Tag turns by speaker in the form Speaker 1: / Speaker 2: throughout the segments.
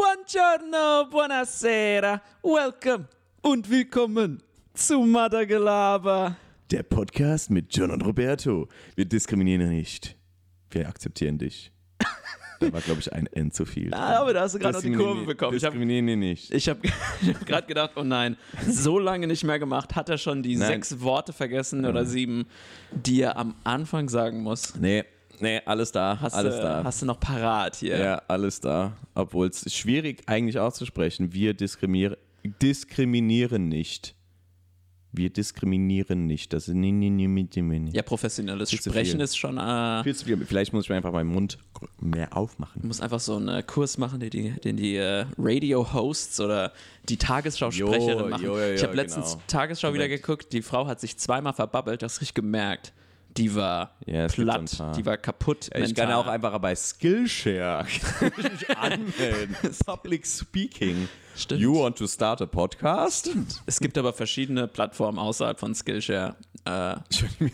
Speaker 1: Buongiorno, buonasera, welcome und willkommen zu Madagelaber.
Speaker 2: Der Podcast mit John und Roberto. Wir diskriminieren nicht. Wir akzeptieren dich. Da war, glaube ich, ein N zu viel.
Speaker 1: Ah, aber da hast du gerade noch die
Speaker 2: Diskrimini-
Speaker 1: Kurve bekommen. Ich habe
Speaker 2: Diskriminieren wir nicht.
Speaker 1: ich hab, ich hab gerade gedacht, oh nein, so lange nicht mehr gemacht, hat er schon die
Speaker 2: Nein. Mhm.
Speaker 1: sechs Worte vergessen oder sieben, die er am Anfang sagen muss.
Speaker 2: Nee, nee, alles da.
Speaker 1: Hast,
Speaker 2: alles
Speaker 1: du, äh,
Speaker 2: da.
Speaker 1: hast du noch parat hier?
Speaker 2: ja, alles da. Obwohl es ist schwierig eigentlich auszusprechen. Wir diskriminier diskriminieren nicht. Wir diskriminieren nicht. Das ist nee, nee, nee, nee, nee, nee.
Speaker 1: Ja, professionelles
Speaker 2: zu
Speaker 1: Sprechen
Speaker 2: viel.
Speaker 1: ist schon. Äh,
Speaker 2: Viel zu viel. Vielleicht muss ich mir einfach meinen Mund mehr aufmachen.
Speaker 1: Du musst einfach so einen äh, Kurs machen, den die, den die äh, Radio-Hosts oder die Tagesschau-Sprecherin
Speaker 2: Jo,
Speaker 1: machen.
Speaker 2: jo, jo, jo,
Speaker 1: ich habe letztens
Speaker 2: genau.
Speaker 1: Tagesschau wieder
Speaker 2: Korrekt.
Speaker 1: geguckt, die Frau hat sich zweimal verbabbelt, das richtig gemerkt. Die war
Speaker 2: Ja, es gibt so ein
Speaker 1: platt,
Speaker 2: paar.
Speaker 1: die war kaputt.
Speaker 2: Ich
Speaker 1: mental.
Speaker 2: kann auch einfach bei Skillshare mich anmelden. Public Speaking.
Speaker 1: Stimmt.
Speaker 2: You want to start a podcast?
Speaker 1: es gibt aber verschiedene Plattformen außerhalb von Skillshare. Äh,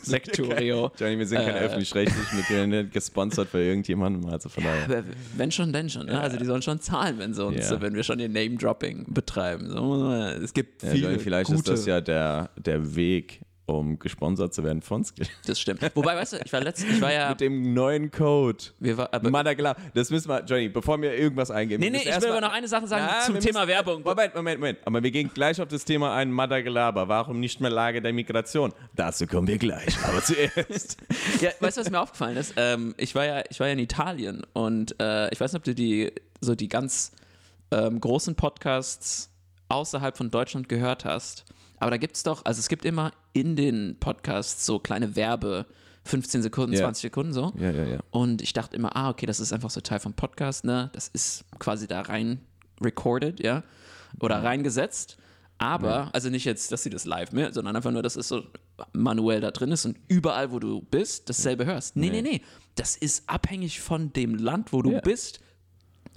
Speaker 1: Lecturio.
Speaker 2: Johnny, wir sind kein
Speaker 1: Äh.
Speaker 2: öffentlich-rechtlich, wir werden nicht ne, gesponsert für irgendjemanden. Also von daher.
Speaker 1: aber wenn schon, denn schon. Ne? Also die sollen schon zahlen, wenn sie uns,
Speaker 2: Ja.
Speaker 1: wenn wir schon ihr Name-Dropping betreiben. So, muss man- es gibt
Speaker 2: Ja,
Speaker 1: viele
Speaker 2: Johnny, vielleicht ist
Speaker 1: gute
Speaker 2: das ja der, der Weg, um gesponsert zu werden von Skill.
Speaker 1: Das stimmt. Wobei, weißt du, ich war letztens, ich war ja,
Speaker 2: Mit dem neuen Code.
Speaker 1: wir war, aber,
Speaker 2: Mann, klar, das müssen wir, Johnny, bevor wir irgendwas eingeben.
Speaker 1: Nee, nee, ich will aber noch eine Sache sagen zum Thema Werbung.
Speaker 2: Moment, Moment, Moment. Aber wir gehen gleich auf das Thema ein, Madagelaber. Warum nicht mehr Lage der Migration? Dazu kommen wir gleich. Aber zuerst.
Speaker 1: Ja, weißt du, was mir aufgefallen ist? Ähm, ich, war ja, ich war ja in Italien und äh, ich weiß nicht, ob du die, so die ganz ähm, großen Podcasts außerhalb von Deutschland gehört hast. Aber da gibt es doch, also es gibt immer in den Podcasts so kleine Werbe, 15 Sekunden,
Speaker 2: Ja.
Speaker 1: 20 Sekunden so.
Speaker 2: ja, ja, ja.
Speaker 1: Und ich dachte immer, ah, okay, das ist einfach so Teil vom Podcast, ne? Das ist quasi da rein recorded, ja? Oder reingesetzt. Aber, also nicht jetzt, dass sie das live mehr, sondern einfach nur, dass es so manuell da drin ist und überall, wo du bist, dasselbe hörst. Nee, nee, nee. Das ist abhängig von dem Land, wo du
Speaker 2: Ja.
Speaker 1: bist,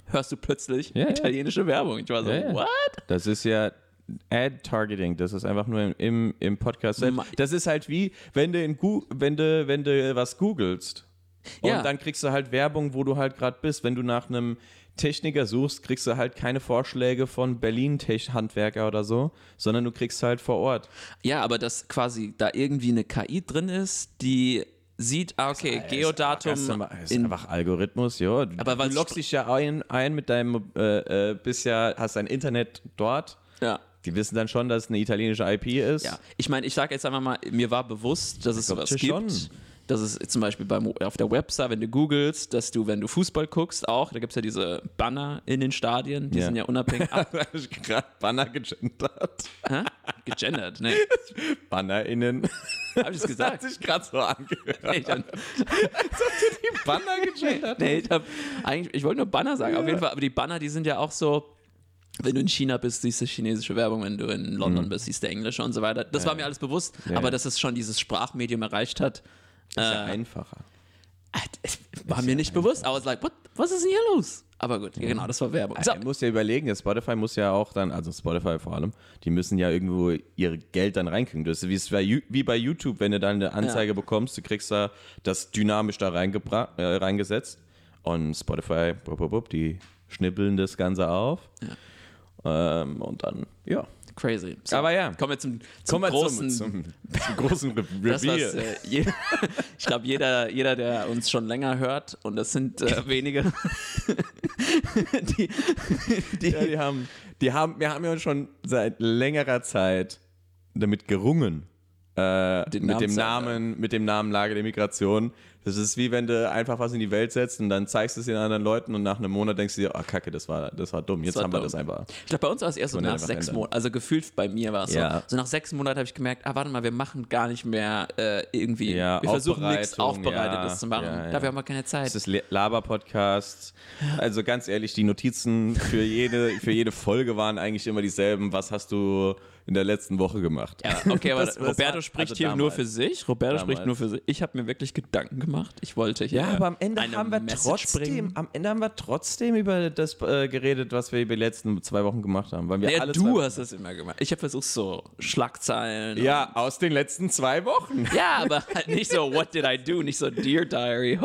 Speaker 1: hörst du plötzlich
Speaker 2: Ja, ja.
Speaker 1: italienische Werbung. Ich war so,
Speaker 2: Ja, ja.
Speaker 1: what?
Speaker 2: Das ist ja Ad-Targeting, das ist einfach nur im, im Podcast selbst.
Speaker 1: Ma-
Speaker 2: Das ist halt wie, wenn du, in Gu wenn du, wenn du was googelst und
Speaker 1: Ja.
Speaker 2: dann kriegst du halt Werbung, wo du halt gerade bist. Wenn du nach einem Techniker suchst, kriegst du halt keine Vorschläge von Berlin-Handwerker oder so, sondern du kriegst halt vor Ort.
Speaker 1: Ja, aber dass quasi da irgendwie eine KI drin ist, die sieht, ah, okay,
Speaker 2: Ganz
Speaker 1: Geodatum
Speaker 2: normal. Das ist
Speaker 1: in
Speaker 2: einfach Algorithmus, ja.
Speaker 1: Aber was-
Speaker 2: du loggst dich ja ein, ein mit deinem, äh, äh, bist ja, hast dein Internet dort.
Speaker 1: ja.
Speaker 2: Die wissen dann schon, dass es eine italienische IP ist.
Speaker 1: Ja, ich meine, ich sage jetzt einfach mal, mir war bewusst, dass es
Speaker 2: glaub,
Speaker 1: sowas
Speaker 2: das
Speaker 1: gibt.
Speaker 2: schon.
Speaker 1: Dass es zum Beispiel beim, auf der Website, wenn du googelst, dass du, wenn du Fußball guckst, auch, da gibt es ja diese Banner in den Stadien, die
Speaker 2: Ja.
Speaker 1: sind ja unabhängig ab,
Speaker 2: Weil ich gerade Banner gegendert.
Speaker 1: gegendert. Ne,
Speaker 2: BannerInnen.
Speaker 1: hab ich das gesagt?
Speaker 2: sich gerade so angehört.
Speaker 1: Nee, ich hab,
Speaker 2: Banner gegendert?
Speaker 1: nee, ich, hab, eigentlich, ich wollte nur Banner sagen, auf jeden Fall. Aber die Banner, die sind ja auch so, wenn du in China bist, siehst du chinesische Werbung, wenn du in London bist, siehst du englische und so weiter. Das war mir alles bewusst, aber
Speaker 2: Mhm. ja.
Speaker 1: dass es schon dieses Sprachmedium erreicht hat,
Speaker 2: ist
Speaker 1: Äh.
Speaker 2: ja einfacher.
Speaker 1: Ah, das War mir nicht bewusst. I was like, what, was ist denn hier los? Aber
Speaker 2: Mhm.
Speaker 1: gut, genau, das war Werbung. So,
Speaker 2: Man muss ja überlegen, das Spotify muss ja auch dann, also Spotify vor allem, die müssen ja irgendwo ihr Geld dann reinkriegen. Das ist wie, es bei, Ju- wie bei YouTube, wenn du dann eine Anzeige bekommst, du kriegst da das dynamisch da reingebra äh, reingesetzt und Spotify, bup, bup, bup, die schnippeln das Ganze auf ähm, und dann, ja.
Speaker 1: crazy. So,
Speaker 2: Aber ja.
Speaker 1: Kommen wir zum, zum
Speaker 2: Kommen wir
Speaker 1: großen.
Speaker 2: zum, zum, zum großen Re
Speaker 1: das, was,
Speaker 2: Reveal.
Speaker 1: äh, je, ich glaube, jeder, jeder, der uns schon länger hört, und das sind äh, wenige, die, die,
Speaker 2: Ja, die haben, die haben, wir haben ja schon seit längerer Zeit damit gerungen. Äh,
Speaker 1: Den
Speaker 2: mit
Speaker 1: Namen
Speaker 2: dem
Speaker 1: zu
Speaker 2: Namen, mit dem Namen Lage der Migration. Das ist wie wenn du einfach was in die Welt setzt und dann zeigst du es den anderen Leuten und nach einem Monat denkst du dir, ah kacke, das war, das war dumm. Jetzt
Speaker 1: war
Speaker 2: haben wir
Speaker 1: dumm.
Speaker 2: das einfach.
Speaker 1: Ich glaube, bei uns war es erst so
Speaker 2: Kann man
Speaker 1: nach
Speaker 2: ja
Speaker 1: sechs
Speaker 2: ändern.
Speaker 1: Monaten. Also gefühlt bei mir war es so.
Speaker 2: Ja.
Speaker 1: So nach sechs Monaten habe ich gemerkt, ah, warte mal, wir machen gar nicht mehr äh, irgendwie,
Speaker 2: Ja,
Speaker 1: wir versuchen nichts
Speaker 2: Aufbereitung,
Speaker 1: Aufbereitetes
Speaker 2: ja,
Speaker 1: zu machen.
Speaker 2: ja, ja.
Speaker 1: Dafür haben wir keine Zeit.
Speaker 2: Das ist Le- Laber-Podcast. Also ganz ehrlich, die Notizen für jede, für jede Folge waren eigentlich immer dieselben. Was hast du in der letzten Woche gemacht.
Speaker 1: Ja, okay, aber
Speaker 2: Das- das
Speaker 1: Roberto
Speaker 2: hat-
Speaker 1: spricht
Speaker 2: also
Speaker 1: hier nur
Speaker 2: damals.
Speaker 1: für sich. Roberto
Speaker 2: Damals.
Speaker 1: spricht nur für sich. Ich habe mir wirklich Gedanken gemacht. Ich wollte hier.
Speaker 2: Ja, aber am Ende
Speaker 1: eine
Speaker 2: haben wir
Speaker 1: Message
Speaker 2: trotzdem,
Speaker 1: bringen.
Speaker 2: am Ende haben wir trotzdem über das äh, geredet, was wir die letzten zwei Wochen gemacht haben. Weil wir
Speaker 1: Ja,
Speaker 2: alle
Speaker 1: du
Speaker 2: zwei,
Speaker 1: hast das immer gemacht. Ich habe versucht, so Schlagzeilen.
Speaker 2: Ja, aus den letzten zwei Wochen.
Speaker 1: Ja, aber halt nicht so, what did I do? Nicht so, Dear Diary.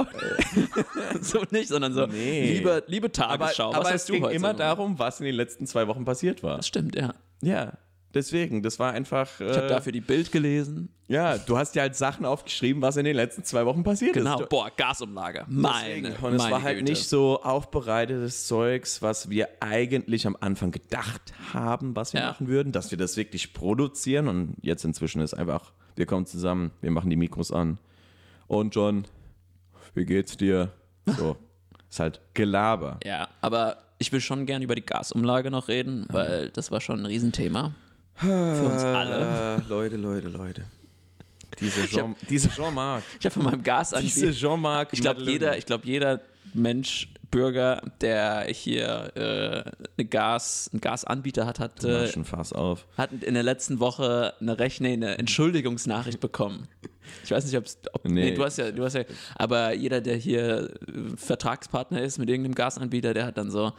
Speaker 1: so nicht, sondern so,
Speaker 2: Nee.
Speaker 1: liebe, liebe Tagesschau. was
Speaker 2: aber
Speaker 1: hast
Speaker 2: es
Speaker 1: du
Speaker 2: ging
Speaker 1: heute
Speaker 2: immer
Speaker 1: so?
Speaker 2: darum, was in den letzten zwei Wochen passiert war.
Speaker 1: Das stimmt, ja.
Speaker 2: Ja, deswegen, das war einfach.
Speaker 1: Ich habe
Speaker 2: äh,
Speaker 1: dafür die Bild gelesen.
Speaker 2: ja, du hast ja halt Sachen aufgeschrieben, was in den letzten zwei Wochen passiert ist.
Speaker 1: Genau,
Speaker 2: Du-
Speaker 1: boah, Gasumlage. Meine.
Speaker 2: Deswegen. Und es
Speaker 1: meine
Speaker 2: war halt
Speaker 1: Güte.
Speaker 2: nicht so aufbereitetes Zeugs, was wir eigentlich am Anfang gedacht haben, was wir
Speaker 1: Ja.
Speaker 2: machen würden, dass wir das wirklich produzieren. Und jetzt inzwischen ist einfach, wir kommen zusammen, wir machen die Mikros an. Und John, wie geht's dir? So, ist halt Gelaber.
Speaker 1: Ja, aber ich will schon gern über die Gasumlage noch reden, weil das war schon ein Riesenthema. Für uns alle.
Speaker 2: Äh, Leute, Leute, Leute. Diese Jean- diese Jean-Marc.
Speaker 1: Ich habe von meinem
Speaker 2: Diese
Speaker 1: Gasanbieter.
Speaker 2: Jean-Marc.
Speaker 1: Ich glaube, jeder, ich glaub, jeder Mensch, Bürger, der hier äh, eine Gas, einen Gasanbieter hat, hat,
Speaker 2: Mach
Speaker 1: äh,
Speaker 2: schon Fass auf.
Speaker 1: hat in der letzten Woche eine Rechnung, eine Entschuldigungsnachricht bekommen. Ich weiß nicht, ob's, ob nee.
Speaker 2: Nee.
Speaker 1: du hast ja, du hast ja, aber jeder, der hier äh, Vertragspartner ist mit irgendeinem Gasanbieter, der hat dann so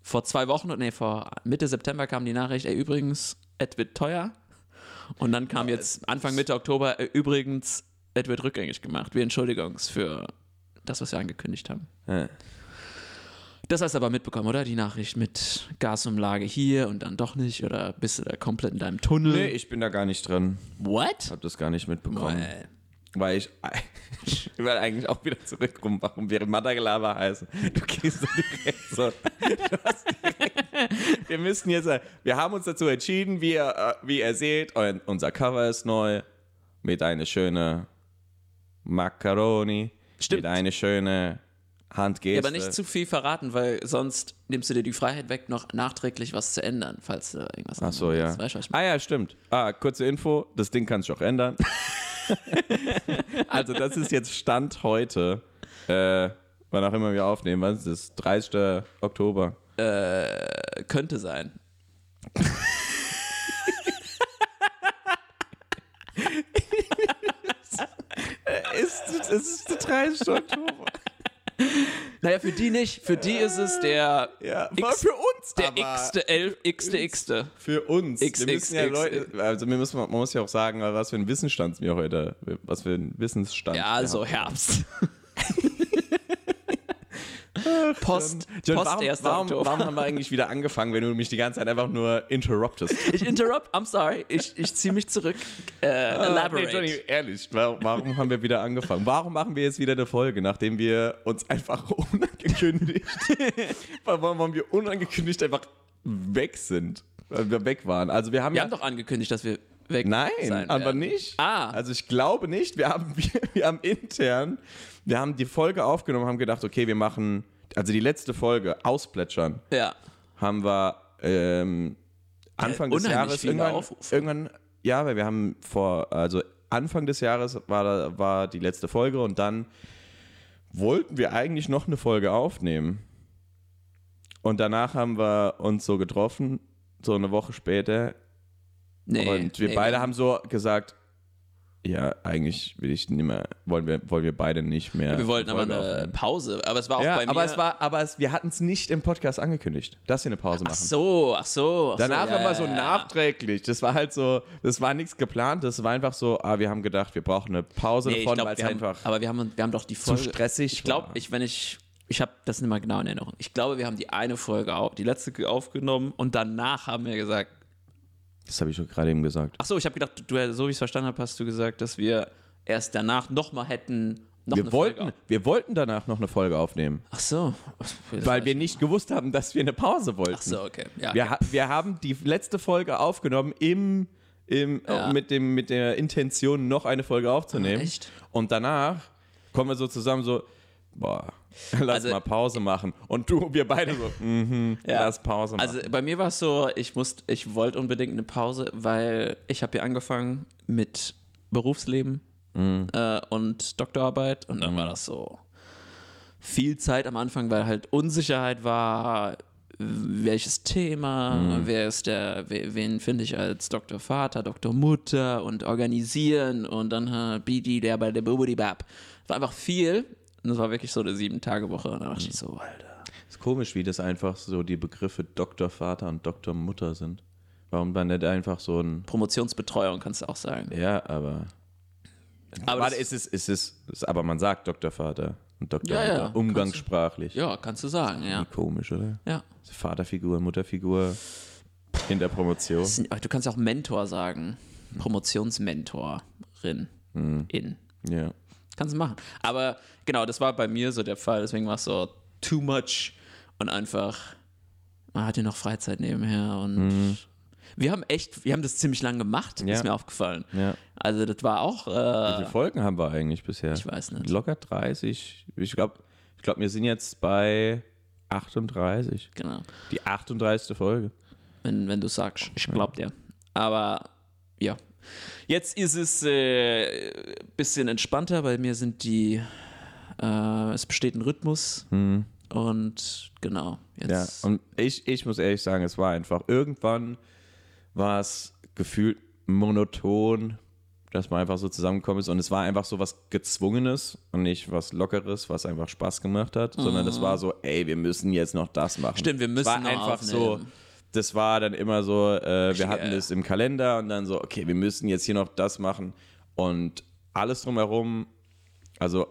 Speaker 1: vor zwei Wochen, nee, vor Mitte September kam die Nachricht, ey, übrigens, Ed wird teuer. Und dann kam jetzt Anfang Mitte Oktober, äh, übrigens, Ed wird rückgängig gemacht. Wir entschuldigen uns für das, was wir angekündigt haben.
Speaker 2: Ja.
Speaker 1: Das hast du aber mitbekommen, oder? Die Nachricht mit Gasumlage hier und dann doch nicht oder bist du da komplett in deinem Tunnel?
Speaker 2: Nee, ich bin da gar nicht dran.
Speaker 1: What?
Speaker 2: Hab das gar nicht mitbekommen.
Speaker 1: Weil-
Speaker 2: Weil ich, ich will eigentlich auch wieder zurückkommen, warum wäre Matagelaber heißen. Du gehst so direkt so. Du hast direkt, wir müssen jetzt, äh, wir haben uns dazu entschieden, wie ihr, äh, wie ihr seht, eu- unser Cover ist neu mit einer schönen Macaroni,
Speaker 1: Stimmt.
Speaker 2: mit einer schönen Handgeste.
Speaker 1: Ja, aber nicht zu viel verraten, weil sonst nimmst du dir die Freiheit weg, noch nachträglich was zu ändern, falls du irgendwas
Speaker 2: Ach so, ja.
Speaker 1: Das weißt du, was ich meine.
Speaker 2: Ah ja, stimmt. Ah, kurze Info, das Ding kannst du auch ändern. also das ist jetzt Stand heute, äh, wann auch immer wir aufnehmen, was ist das? 30. Oktober.
Speaker 1: Äh, Könnte sein.
Speaker 2: Ist, es ist der 30. Oktober.
Speaker 1: Naja, für die nicht. Für die ist es der
Speaker 2: Ja,
Speaker 1: X-
Speaker 2: war für uns,
Speaker 1: der
Speaker 2: aber
Speaker 1: x-te, elf, x-te, x-te.
Speaker 2: für uns.
Speaker 1: X,
Speaker 2: wir
Speaker 1: X,
Speaker 2: müssen ja
Speaker 1: X,
Speaker 2: Leute, also wir müssen, man muss ja auch sagen, was für ein Wissensstand wir heute, was für ein Wissensstand.
Speaker 1: Ja, also Herbst. Post,
Speaker 2: John,
Speaker 1: Post
Speaker 2: warum,
Speaker 1: 1.
Speaker 2: warum,
Speaker 1: Oktober.
Speaker 2: warum haben wir eigentlich wieder angefangen, wenn du mich die ganze Zeit einfach nur interruptest?
Speaker 1: Ich interrupt, I'm sorry. Ich, ich ziehe mich zurück. Äh,
Speaker 2: Ah, Nee,
Speaker 1: elaborate.
Speaker 2: Johnny, ehrlich, warum, warum haben wir wieder angefangen? Warum machen wir jetzt wieder eine Folge, nachdem wir uns einfach unangekündigt, warum haben wir unangekündigt einfach weg sind, weil wir weg waren? Also wir haben
Speaker 1: Wir
Speaker 2: ja,
Speaker 1: haben doch angekündigt, dass wir weg
Speaker 2: nein,
Speaker 1: sein
Speaker 2: aber
Speaker 1: werden.
Speaker 2: nicht.
Speaker 1: Ah.
Speaker 2: Also ich glaube nicht. Wir haben, wir, wir haben intern, wir haben die Folge aufgenommen, haben gedacht, okay, wir machen, also die letzte Folge ausplätschern,
Speaker 1: Ja.
Speaker 2: haben wir ähm, Anfang des
Speaker 1: Äh, unheimlich
Speaker 2: Jahres
Speaker 1: viele
Speaker 2: irgendwann,
Speaker 1: Aufrufe.
Speaker 2: irgendwann, ja, weil wir haben vor, also Anfang des Jahres war, da- war die letzte Folge und dann wollten wir eigentlich noch eine Folge aufnehmen. Und danach haben wir uns so getroffen, so eine Woche später.
Speaker 1: Nee,
Speaker 2: und wir
Speaker 1: nee.
Speaker 2: beide haben so gesagt, ja, eigentlich will ich nicht mehr, wollen wir, wollen wir beide nicht mehr.
Speaker 1: Wir wollten
Speaker 2: eine
Speaker 1: aber
Speaker 2: Folge
Speaker 1: eine
Speaker 2: aufnehmen.
Speaker 1: Pause, aber es war auch
Speaker 2: Ja,
Speaker 1: bei mir.
Speaker 2: aber es war, aber es, wir hatten es nicht im Podcast angekündigt, dass wir eine Pause
Speaker 1: ach
Speaker 2: machen.
Speaker 1: so, ach so. Ach
Speaker 2: Danach
Speaker 1: so,
Speaker 2: war
Speaker 1: ja,
Speaker 2: mal so
Speaker 1: ja, ja.
Speaker 2: nachträglich. Das war halt so, das war nichts geplant. Das war einfach so, ah, wir haben gedacht, wir brauchen eine Pause
Speaker 1: Nee, ich
Speaker 2: davon,
Speaker 1: glaub,
Speaker 2: weil es
Speaker 1: wir haben,
Speaker 2: einfach
Speaker 1: aber wir haben, wir haben doch die
Speaker 2: zu
Speaker 1: Folge.
Speaker 2: stressig
Speaker 1: Ich glaube, ich, wenn ich, ich habe das nicht mal genau in Erinnerung. Ich glaube, wir haben die eine Folge, au- die letzte aufgenommen und danach haben wir gesagt,
Speaker 2: Das habe ich schon gerade eben gesagt.
Speaker 1: ach so, ich habe gedacht, du, so wie ich es verstanden habe, hast du gesagt, dass wir erst danach nochmal hätten, noch
Speaker 2: Wir
Speaker 1: eine
Speaker 2: wollten,
Speaker 1: Folge. auf-
Speaker 2: wir wollten danach noch eine Folge aufnehmen,
Speaker 1: Ach so.
Speaker 2: weil wir nicht gewusst haben, dass wir eine Pause wollten.
Speaker 1: Ach so, okay. Ja,
Speaker 2: wir, ha- wir haben die letzte Folge aufgenommen im, im,
Speaker 1: Ja.
Speaker 2: äh, mit, dem, mit der Intention, noch eine Folge aufzunehmen.
Speaker 1: Ah, echt?
Speaker 2: Und danach kommen wir so zusammen so, boah, lass
Speaker 1: Also-
Speaker 2: mal Pause machen. Und du, wir beide so, mhm,
Speaker 1: Ja.
Speaker 2: lass Pause machen.
Speaker 1: Also bei mir war es so, ich musste, ich wollte unbedingt eine Pause, weil ich habe hier angefangen mit Berufsleben äh, und Doktorarbeit und dann war das so viel Zeit am Anfang, weil halt Unsicherheit war, welches Thema, wer ist der, we- wen finde ich als Doktor Vater, Doktor Mutter und organisieren und dann äh, Bidi, der bei der Bubudibab. War einfach viel und es war wirklich so eine Sieben-Tage-Woche und da dachte ich so, Alter.
Speaker 2: Ist komisch, wie das einfach so die Begriffe Doktor Vater und Doktor Mutter sind. Warum dann nicht einfach so ein.
Speaker 1: Promotionsbetreuung kannst du auch sagen.
Speaker 2: Ja, aber.
Speaker 1: Aber
Speaker 2: Warte,
Speaker 1: das-
Speaker 2: ist es, ist es, ist, aber man sagt Doktor Vater und Doktor
Speaker 1: Ja, ja,
Speaker 2: Mutter.
Speaker 1: kannst du-
Speaker 2: Umgangssprachlich.
Speaker 1: Ja, kannst du sagen, ja.
Speaker 2: Komisch, oder?
Speaker 1: ja.
Speaker 2: Vaterfigur, Mutterfigur in der Promotion.
Speaker 1: Das sind- Du kannst auch Mentor sagen. Promotionsmentorin. In.
Speaker 2: Ja.
Speaker 1: Kannst du machen. Aber genau, das war bei mir so der Fall. Deswegen war es so too much und einfach, man hatte noch Freizeit nebenher und wir haben echt, wir haben das ziemlich lang gemacht,
Speaker 2: Ja.
Speaker 1: ist mir aufgefallen.
Speaker 2: Ja.
Speaker 1: Also das war auch,
Speaker 2: Wie
Speaker 1: äh,
Speaker 2: viele Folgen haben wir eigentlich bisher?
Speaker 1: ich weiß nicht.
Speaker 2: Locker 30. Ich glaube, ich glaub, wir sind jetzt bei 38.
Speaker 1: Genau.
Speaker 2: Die 38. Folge.
Speaker 1: wenn, wenn du sagst. Ich glaub dir. Aber ja. Jetzt ist es ein äh, bisschen entspannter, bei mir sind die, äh, es besteht ein Rhythmus und genau,
Speaker 2: Mhm. Ja,
Speaker 1: jetzt
Speaker 2: und ich, ich muss ehrlich sagen, es war einfach, irgendwann war es gefühlt monoton, dass man einfach so zusammengekommen ist und es war einfach so was Gezwungenes und nicht was Lockeres, was einfach Spaß gemacht hat, sondern das war so, ey, wir müssen jetzt noch das machen.
Speaker 1: Stimmt, wir
Speaker 2: Es
Speaker 1: müssen
Speaker 2: war
Speaker 1: noch
Speaker 2: einfach so.
Speaker 1: aufnehmen.
Speaker 2: Das war dann immer so, äh, wir hatten
Speaker 1: ja.
Speaker 2: das im Kalender und dann so, okay, wir müssen jetzt hier noch das machen und alles drumherum, also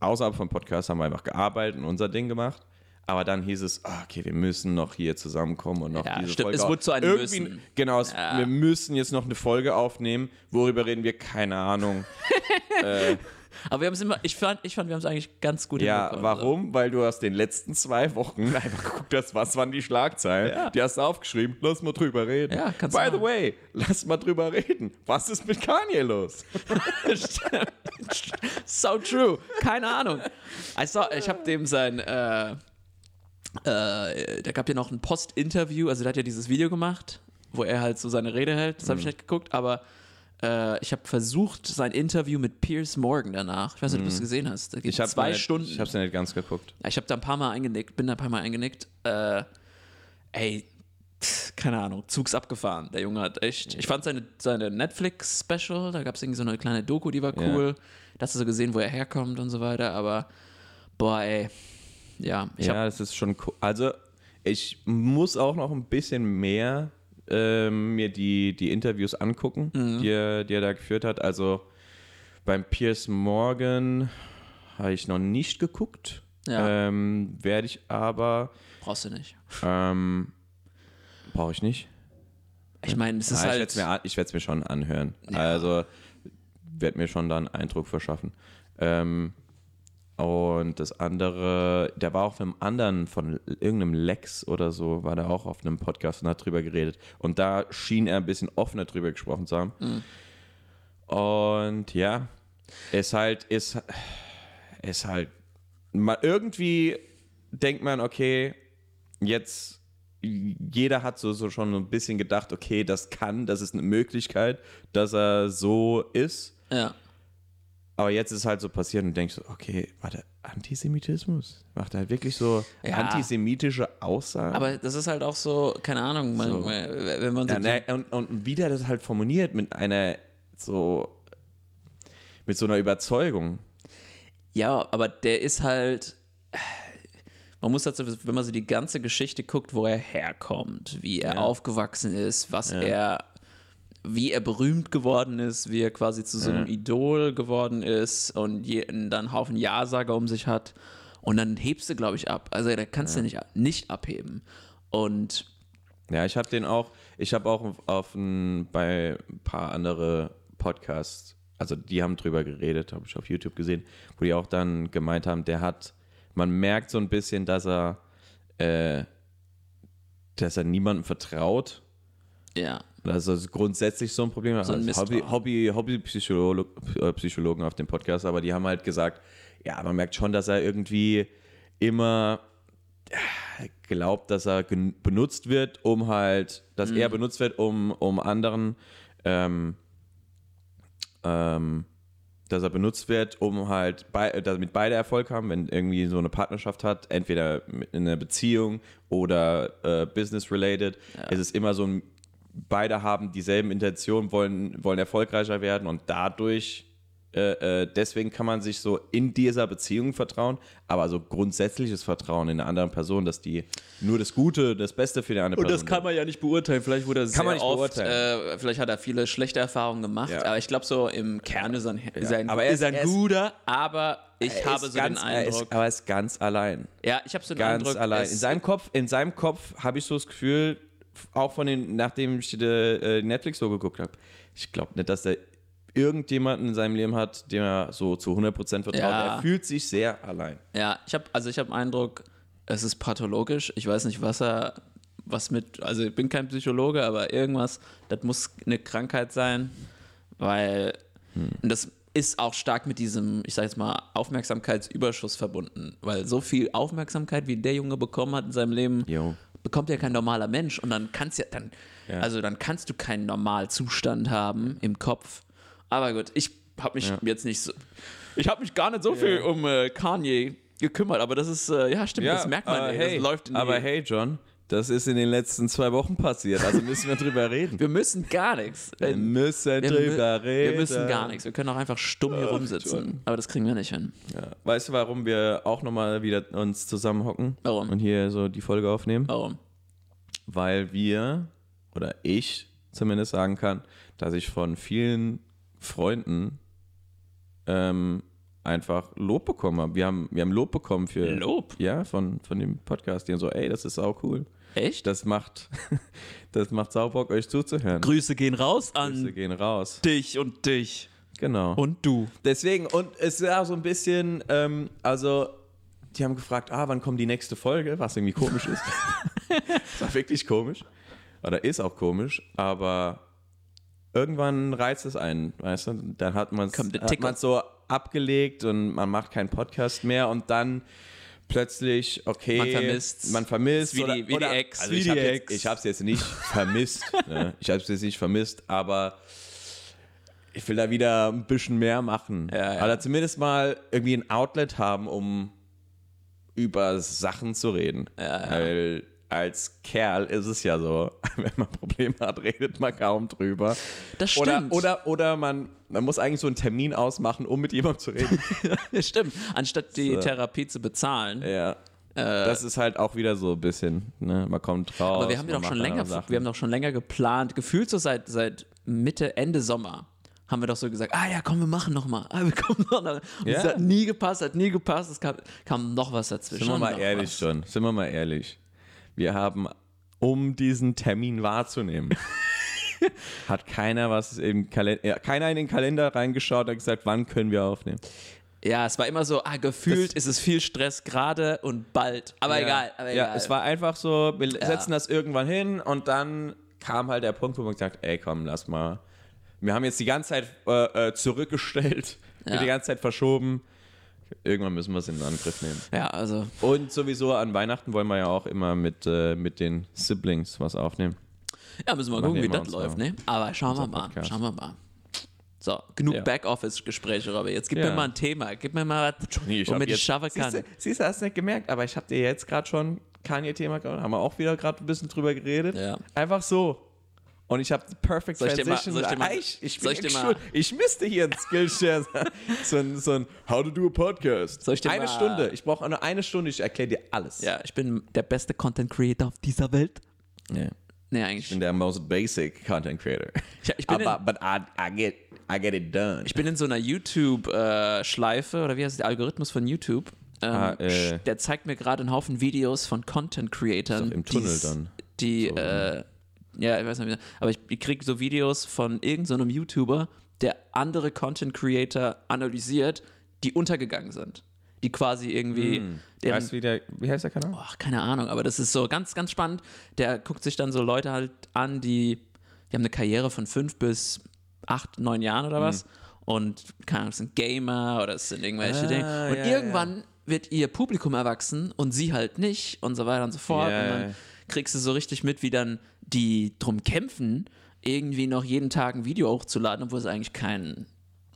Speaker 2: außerhalb vom Podcast haben wir einfach gearbeitet und unser Ding gemacht. Aber dann hieß es, ah, okay, wir müssen noch hier zusammenkommen und noch
Speaker 1: Ja,
Speaker 2: diese
Speaker 1: stimmt,
Speaker 2: Folge
Speaker 1: es
Speaker 2: auf-
Speaker 1: wurde zu einem
Speaker 2: Irgendwie-
Speaker 1: Müssen.
Speaker 2: Genau, es, wir müssen jetzt noch eine Folge aufnehmen. Worüber reden wir? Keine Ahnung.
Speaker 1: Aber wir haben es immer, ich fand, ich fand wir haben es eigentlich ganz gut
Speaker 2: Ja,
Speaker 1: hinbekommen. Also
Speaker 2: warum? Weil du aus den letzten zwei Wochen einfach geguckt hast, was waren die Schlagzeilen.
Speaker 1: Ja.
Speaker 2: Die hast du aufgeschrieben. Lass mal drüber reden.
Speaker 1: Ja, kannst du
Speaker 2: By the
Speaker 1: machen.
Speaker 2: way, lass mal drüber reden. Was ist mit Kanye los?
Speaker 1: So true. Keine Ahnung. I saw, ich habe dem sein, äh, äh, da gab ja noch ein Post-Interview, also der hat ja dieses Video gemacht, wo er halt so seine Rede hält. Das habe ich
Speaker 2: Mhm.
Speaker 1: nicht geguckt, aber äh, ich habe versucht, sein Interview mit Piers Morgan danach. Ich weiß nicht, ob du es gesehen hast. Da geht
Speaker 2: Mhm. Ich hab
Speaker 1: zwei
Speaker 2: nicht,
Speaker 1: Stunden.
Speaker 2: Ich hab's ja nicht ganz geguckt.
Speaker 1: Ja, Ich habe da ein paar Mal eingenickt, bin da ein paar Mal eingenickt. Äh, ey, pff, keine Ahnung, Zugs abgefahren. Der Junge hat echt. Ich fand seine, seine Netflix-Special, da gab es irgendwie so eine kleine Doku, die war
Speaker 2: Ja.
Speaker 1: cool. Da hast du so gesehen, wo er herkommt und so weiter, aber boah, ey. Ja, ich hab,
Speaker 2: ja, das ist schon cool. Also, ich muss auch noch ein bisschen mehr ähm, mir die, die Interviews angucken,
Speaker 1: Mhm.
Speaker 2: die, er, die er da geführt hat. Also, beim Piers Morgan habe ich noch nicht geguckt.
Speaker 1: Ja.
Speaker 2: Ähm, Werde ich aber.
Speaker 1: brauchst du nicht.
Speaker 2: Ähm, Brauche ich nicht.
Speaker 1: Ich meine, es ist
Speaker 2: Ah, ich
Speaker 1: halt.
Speaker 2: werd's mir, an- ich werde es mir schon anhören. Also werde mir schon da einen Eindruck verschaffen. Ähm, und das andere, der war auch mit einem anderen von irgendeinem Lex oder so, war der auch auf einem Podcast und hat drüber geredet. Und da schien er ein bisschen offener drüber gesprochen zu haben.
Speaker 1: Hm.
Speaker 2: Und ja, ist halt, ist, ist halt, man, irgendwie denkt man, okay, jetzt jeder hat so, so schon so ein bisschen gedacht, okay, das kann, das ist eine Möglichkeit, dass er so ist.
Speaker 1: ja.
Speaker 2: Aber jetzt ist es halt so passiert und du denkst, so, okay, warte, Antisemitismus. Macht er halt wirklich so
Speaker 1: Ja.
Speaker 2: antisemitische Aussagen?
Speaker 1: Aber das ist halt auch so, keine Ahnung, man,
Speaker 2: So.
Speaker 1: wenn man so.
Speaker 2: ja, ne, und, und wieder das halt formuliert mit einer so mit so einer Überzeugung.
Speaker 1: Ja, aber der ist halt. Man muss dazu, wenn man so die ganze Geschichte guckt, wo er herkommt, wie er aufgewachsen ist, was er, wie er berühmt geworden ist, wie er quasi zu so einem Idol geworden ist und je, und dann einen Haufen Ja-Sager um sich hat. Und dann hebst du, glaube ich, ab. Also da kannst du nicht, nicht abheben. Und
Speaker 2: Ja, ich habe den auch, ich habe auch auf, auf ein, bei ein paar andere Podcasts, also die haben drüber geredet, habe ich auf YouTube gesehen, wo die auch dann gemeint haben, der hat, man merkt so ein bisschen, dass er, äh, dass er niemandem vertraut.
Speaker 1: ja,
Speaker 2: Das ist also grundsätzlich so ein Problem.
Speaker 1: ein
Speaker 2: Also Hobby,
Speaker 1: Misstrauen.
Speaker 2: Hobby, Hobbypsycholo- äh, Psychologen auf dem Podcast, aber die haben halt gesagt, ja, man merkt schon, dass er irgendwie immer äh, glaubt, dass er gen- benutzt wird, um halt, dass er benutzt wird, um, um anderen ähm, ähm, dass er benutzt wird, um halt, bei, damit beide Erfolg haben, wenn irgendwie so eine Partnerschaft hat, entweder in einer Beziehung oder äh, business-related. Es ist immer so ein, beide haben dieselben Intentionen, wollen, wollen erfolgreicher werden und dadurch, äh, äh, deswegen kann man sich so in dieser Beziehung vertrauen, aber so grundsätzliches Vertrauen in eine andere Person, dass die nur das Gute, das Beste für die andere
Speaker 1: Und
Speaker 2: Person
Speaker 1: das kann man ja nicht beurteilen. Vielleicht wurde er sehr
Speaker 2: man nicht
Speaker 1: oft,
Speaker 2: beurteilen.
Speaker 1: äh, vielleicht hat er viele schlechte Erfahrungen gemacht,
Speaker 2: Ja.
Speaker 1: aber ich glaube so im Kern ist er ein, ist er ein,
Speaker 2: Aber er
Speaker 1: ist er ein
Speaker 2: ist- er ist-
Speaker 1: guter, aber ich
Speaker 2: Er
Speaker 1: habe
Speaker 2: ist
Speaker 1: so
Speaker 2: ganz,
Speaker 1: den
Speaker 2: er
Speaker 1: Eindruck.
Speaker 2: Ist, aber er ist ganz allein.
Speaker 1: ja, ich habe so den
Speaker 2: Ganz
Speaker 1: Eindruck,
Speaker 2: allein.
Speaker 1: es-
Speaker 2: In seinem Kopf, in seinem Kopf habe ich so das Gefühl, auch von den, nachdem ich die äh, Netflix so geguckt habe, ich glaube nicht, dass er irgendjemanden in seinem Leben hat, dem er so zu 100% vertraut.
Speaker 1: Ja.
Speaker 2: Er fühlt sich sehr allein.
Speaker 1: Ja, ich habe also ich habe den Eindruck, es ist pathologisch. Ich weiß nicht, was er was mit also ich bin kein Psychologe, aber irgendwas, das muss eine Krankheit sein, weil und das ist auch stark mit diesem, ich sag jetzt mal Aufmerksamkeitsüberschuss verbunden, weil so viel Aufmerksamkeit wie der Junge bekommen hat in seinem Leben,
Speaker 2: Jo.
Speaker 1: bekommt ja kein normaler Mensch und dann kannst ja dann
Speaker 2: Ja.
Speaker 1: also dann kannst du keinen Normalzustand haben im Kopf. Aber gut, ich habe mich
Speaker 2: Ja.
Speaker 1: jetzt nicht so ich habe mich gar nicht so viel um äh, Kanye gekümmert, aber das ist äh, ja stimmt, das merkt man,
Speaker 2: aber
Speaker 1: ey,
Speaker 2: hey,
Speaker 1: das läuft in die,
Speaker 2: Aber hey, John, das ist in den letzten zwei Wochen passiert, also müssen wir drüber reden.
Speaker 1: wir müssen gar nichts. Äh,
Speaker 2: Wir müssen
Speaker 1: wir, mü-
Speaker 2: drüber reden.
Speaker 1: wir müssen gar nichts. Wir können auch einfach stumm hier
Speaker 2: Ach,
Speaker 1: rumsitzen, aber das kriegen wir nicht hin.
Speaker 2: Ja. Weißt du, warum wir auch nochmal wieder uns zusammenhocken
Speaker 1: Warum?
Speaker 2: und hier so die Folge aufnehmen?
Speaker 1: Warum?
Speaker 2: weil wir oder ich zumindest sagen kann, dass ich von vielen Freunden ähm, einfach Lob bekommen habe. Wir haben, wir haben Lob bekommen für
Speaker 1: Lob.
Speaker 2: ja von, von dem Podcast, die haben so, ey, das ist auch cool.
Speaker 1: Echt?
Speaker 2: Das macht das macht saubock euch zuzuhören.
Speaker 1: Grüße gehen raus an
Speaker 2: Grüße gehen raus.
Speaker 1: dich und dich
Speaker 2: Genau.
Speaker 1: und du.
Speaker 2: Deswegen, und es war so ein bisschen, ähm, also, die haben gefragt, ah, wann kommt die nächste Folge, was irgendwie komisch ist. das war wirklich komisch. Oder ist auch komisch, aber irgendwann reizt es einen, weißt du? Dann hat man
Speaker 1: Kommt der Ticker.
Speaker 2: es so abgelegt und man macht keinen Podcast mehr und dann plötzlich, okay,
Speaker 1: Man vermisst's.
Speaker 2: Man vermisst.
Speaker 1: Ist wie die-
Speaker 2: oder,
Speaker 1: wie die
Speaker 2: oder,
Speaker 1: Ex,
Speaker 2: Also
Speaker 1: wie
Speaker 2: ich
Speaker 1: die
Speaker 2: habe
Speaker 1: Ex.
Speaker 2: jetzt, ich hab's jetzt nicht vermisst. ne? Ich habe es jetzt nicht vermisst, aber ich will da wieder ein bisschen mehr machen.
Speaker 1: Ja, ja.
Speaker 2: Oder zumindest mal irgendwie ein Outlet haben, um über Sachen zu reden. Weil als Kerl ist es ja so, wenn man Probleme hat, redet man kaum drüber.
Speaker 1: Das
Speaker 2: Oder,
Speaker 1: stimmt.
Speaker 2: oder, oder man, man muss eigentlich so einen Termin ausmachen, um mit jemandem zu reden.
Speaker 1: stimmt. Anstatt die
Speaker 2: So.
Speaker 1: Therapie zu bezahlen.
Speaker 2: ja. das ist halt auch wieder so ein bisschen, ne? Man kommt raus.
Speaker 1: Aber wir haben ja
Speaker 2: man
Speaker 1: doch schon
Speaker 2: macht andere
Speaker 1: länger,
Speaker 2: Sachen.
Speaker 1: wir haben doch schon länger geplant, gefühlt so seit, seit Mitte, Ende Sommer haben wir doch so gesagt, ah ja, komm, wir machen nochmal. Ah, wir kommen noch mal. Und
Speaker 2: Ja.
Speaker 1: Es hat nie gepasst, hat nie gepasst, es kam, kam noch was dazwischen.
Speaker 2: Sind wir
Speaker 1: und
Speaker 2: mal
Speaker 1: noch
Speaker 2: ehrlich
Speaker 1: was.
Speaker 2: schon. Sind wir mal ehrlich. Wir haben, um diesen Termin wahrzunehmen, hat keiner was im Kalender, ja, keiner in den Kalender reingeschaut und gesagt, wann können wir aufnehmen.
Speaker 1: Ja, es war immer so, ah, gefühlt ist es viel Stress gerade und bald. Aber egal, aber
Speaker 2: ja,
Speaker 1: egal.
Speaker 2: es war einfach so, wir setzen das irgendwann hin und dann kam halt der Punkt, wo man gesagt, ey, komm, lass mal. Wir haben jetzt die ganze Zeit äh, äh, zurückgestellt,
Speaker 1: Ja.
Speaker 2: wir die ganze Zeit verschoben. Irgendwann müssen wir es in Angriff nehmen.
Speaker 1: ja, also,
Speaker 2: Und sowieso an Weihnachten wollen wir ja auch immer mit, äh, mit den Siblings was aufnehmen.
Speaker 1: ja, müssen wir mal gucken,
Speaker 2: wir
Speaker 1: wie
Speaker 2: immer
Speaker 1: das
Speaker 2: uns
Speaker 1: läuft,
Speaker 2: mal
Speaker 1: ne? Aber schauen wir mal,
Speaker 2: Podcast.
Speaker 1: schauen wir mal. So, genug
Speaker 2: Ja.
Speaker 1: Backoffice-Gespräche, Robby. Jetzt gib
Speaker 2: Ja.
Speaker 1: mir mal ein Thema, gib mir mal was, womit ich schaffen kann.
Speaker 2: Siehst du, siehst du, hast nicht gemerkt, aber ich habe dir jetzt gerade schon Kanye-Thema gehabt, haben wir auch wieder gerade ein bisschen drüber geredet.
Speaker 1: Ja.
Speaker 2: Einfach so. Und ich habe perfect
Speaker 1: Soll ich dir mal-
Speaker 2: Transition.
Speaker 1: soll ich dir mal-
Speaker 2: Ah, ich, ich, bin
Speaker 1: soll ich dir
Speaker 2: echt
Speaker 1: mal-
Speaker 2: schuld. ich müsste hier ein Skillshare sein. so, ein, so ein How to do a Podcast.
Speaker 1: Soll ich dir
Speaker 2: eine
Speaker 1: mal-
Speaker 2: Stunde. Ich brauche nur eine Stunde. Ich erkläre dir alles.
Speaker 1: Ja, ich bin der beste Content-Creator auf dieser Welt.
Speaker 2: Ja.
Speaker 1: Nee, eigentlich.
Speaker 2: Ich bin der most basic Content Creator.
Speaker 1: Ja, ich bin
Speaker 2: aber but I, I, get, I get it done.
Speaker 1: Ich bin in so einer YouTube-Schleife, oder wie heißt der Algorithmus von YouTube? Ähm,
Speaker 2: Ah, äh.
Speaker 1: sch- Der zeigt mir gerade einen Haufen Videos von Content-Creatern.
Speaker 2: Ist doch im Tunnel
Speaker 1: die's-
Speaker 2: dann. ne?
Speaker 1: Die, äh, ja, ich weiß nicht, wie- aber ich, ich kriege so Videos von irgendeinem so einem YouTuber, der andere Content-Creator analysiert, die untergegangen sind. Die quasi irgendwie. deren-
Speaker 2: Hm. weißt du, wie, der, wie heißt der Kanal?
Speaker 1: Ach, keine Ahnung, aber das ist so ganz, ganz spannend. Der guckt sich dann so Leute halt an, die, die haben eine Karriere von fünf bis acht, neun Jahren
Speaker 2: Mhm.
Speaker 1: oder was. Und keine Ahnung, es sind Gamer oder es sind irgendwelche
Speaker 2: Ah,
Speaker 1: Dinge. Und
Speaker 2: ja,
Speaker 1: irgendwann wird ihr Publikum erwachsen und sie halt nicht und so weiter und so fort.
Speaker 2: Ja,
Speaker 1: und
Speaker 2: ja,
Speaker 1: dann
Speaker 2: ja.
Speaker 1: kriegst du so richtig mit, wie dann die drum kämpfen, irgendwie noch jeden Tag ein Video hochzuladen, obwohl sie eigentlich keinen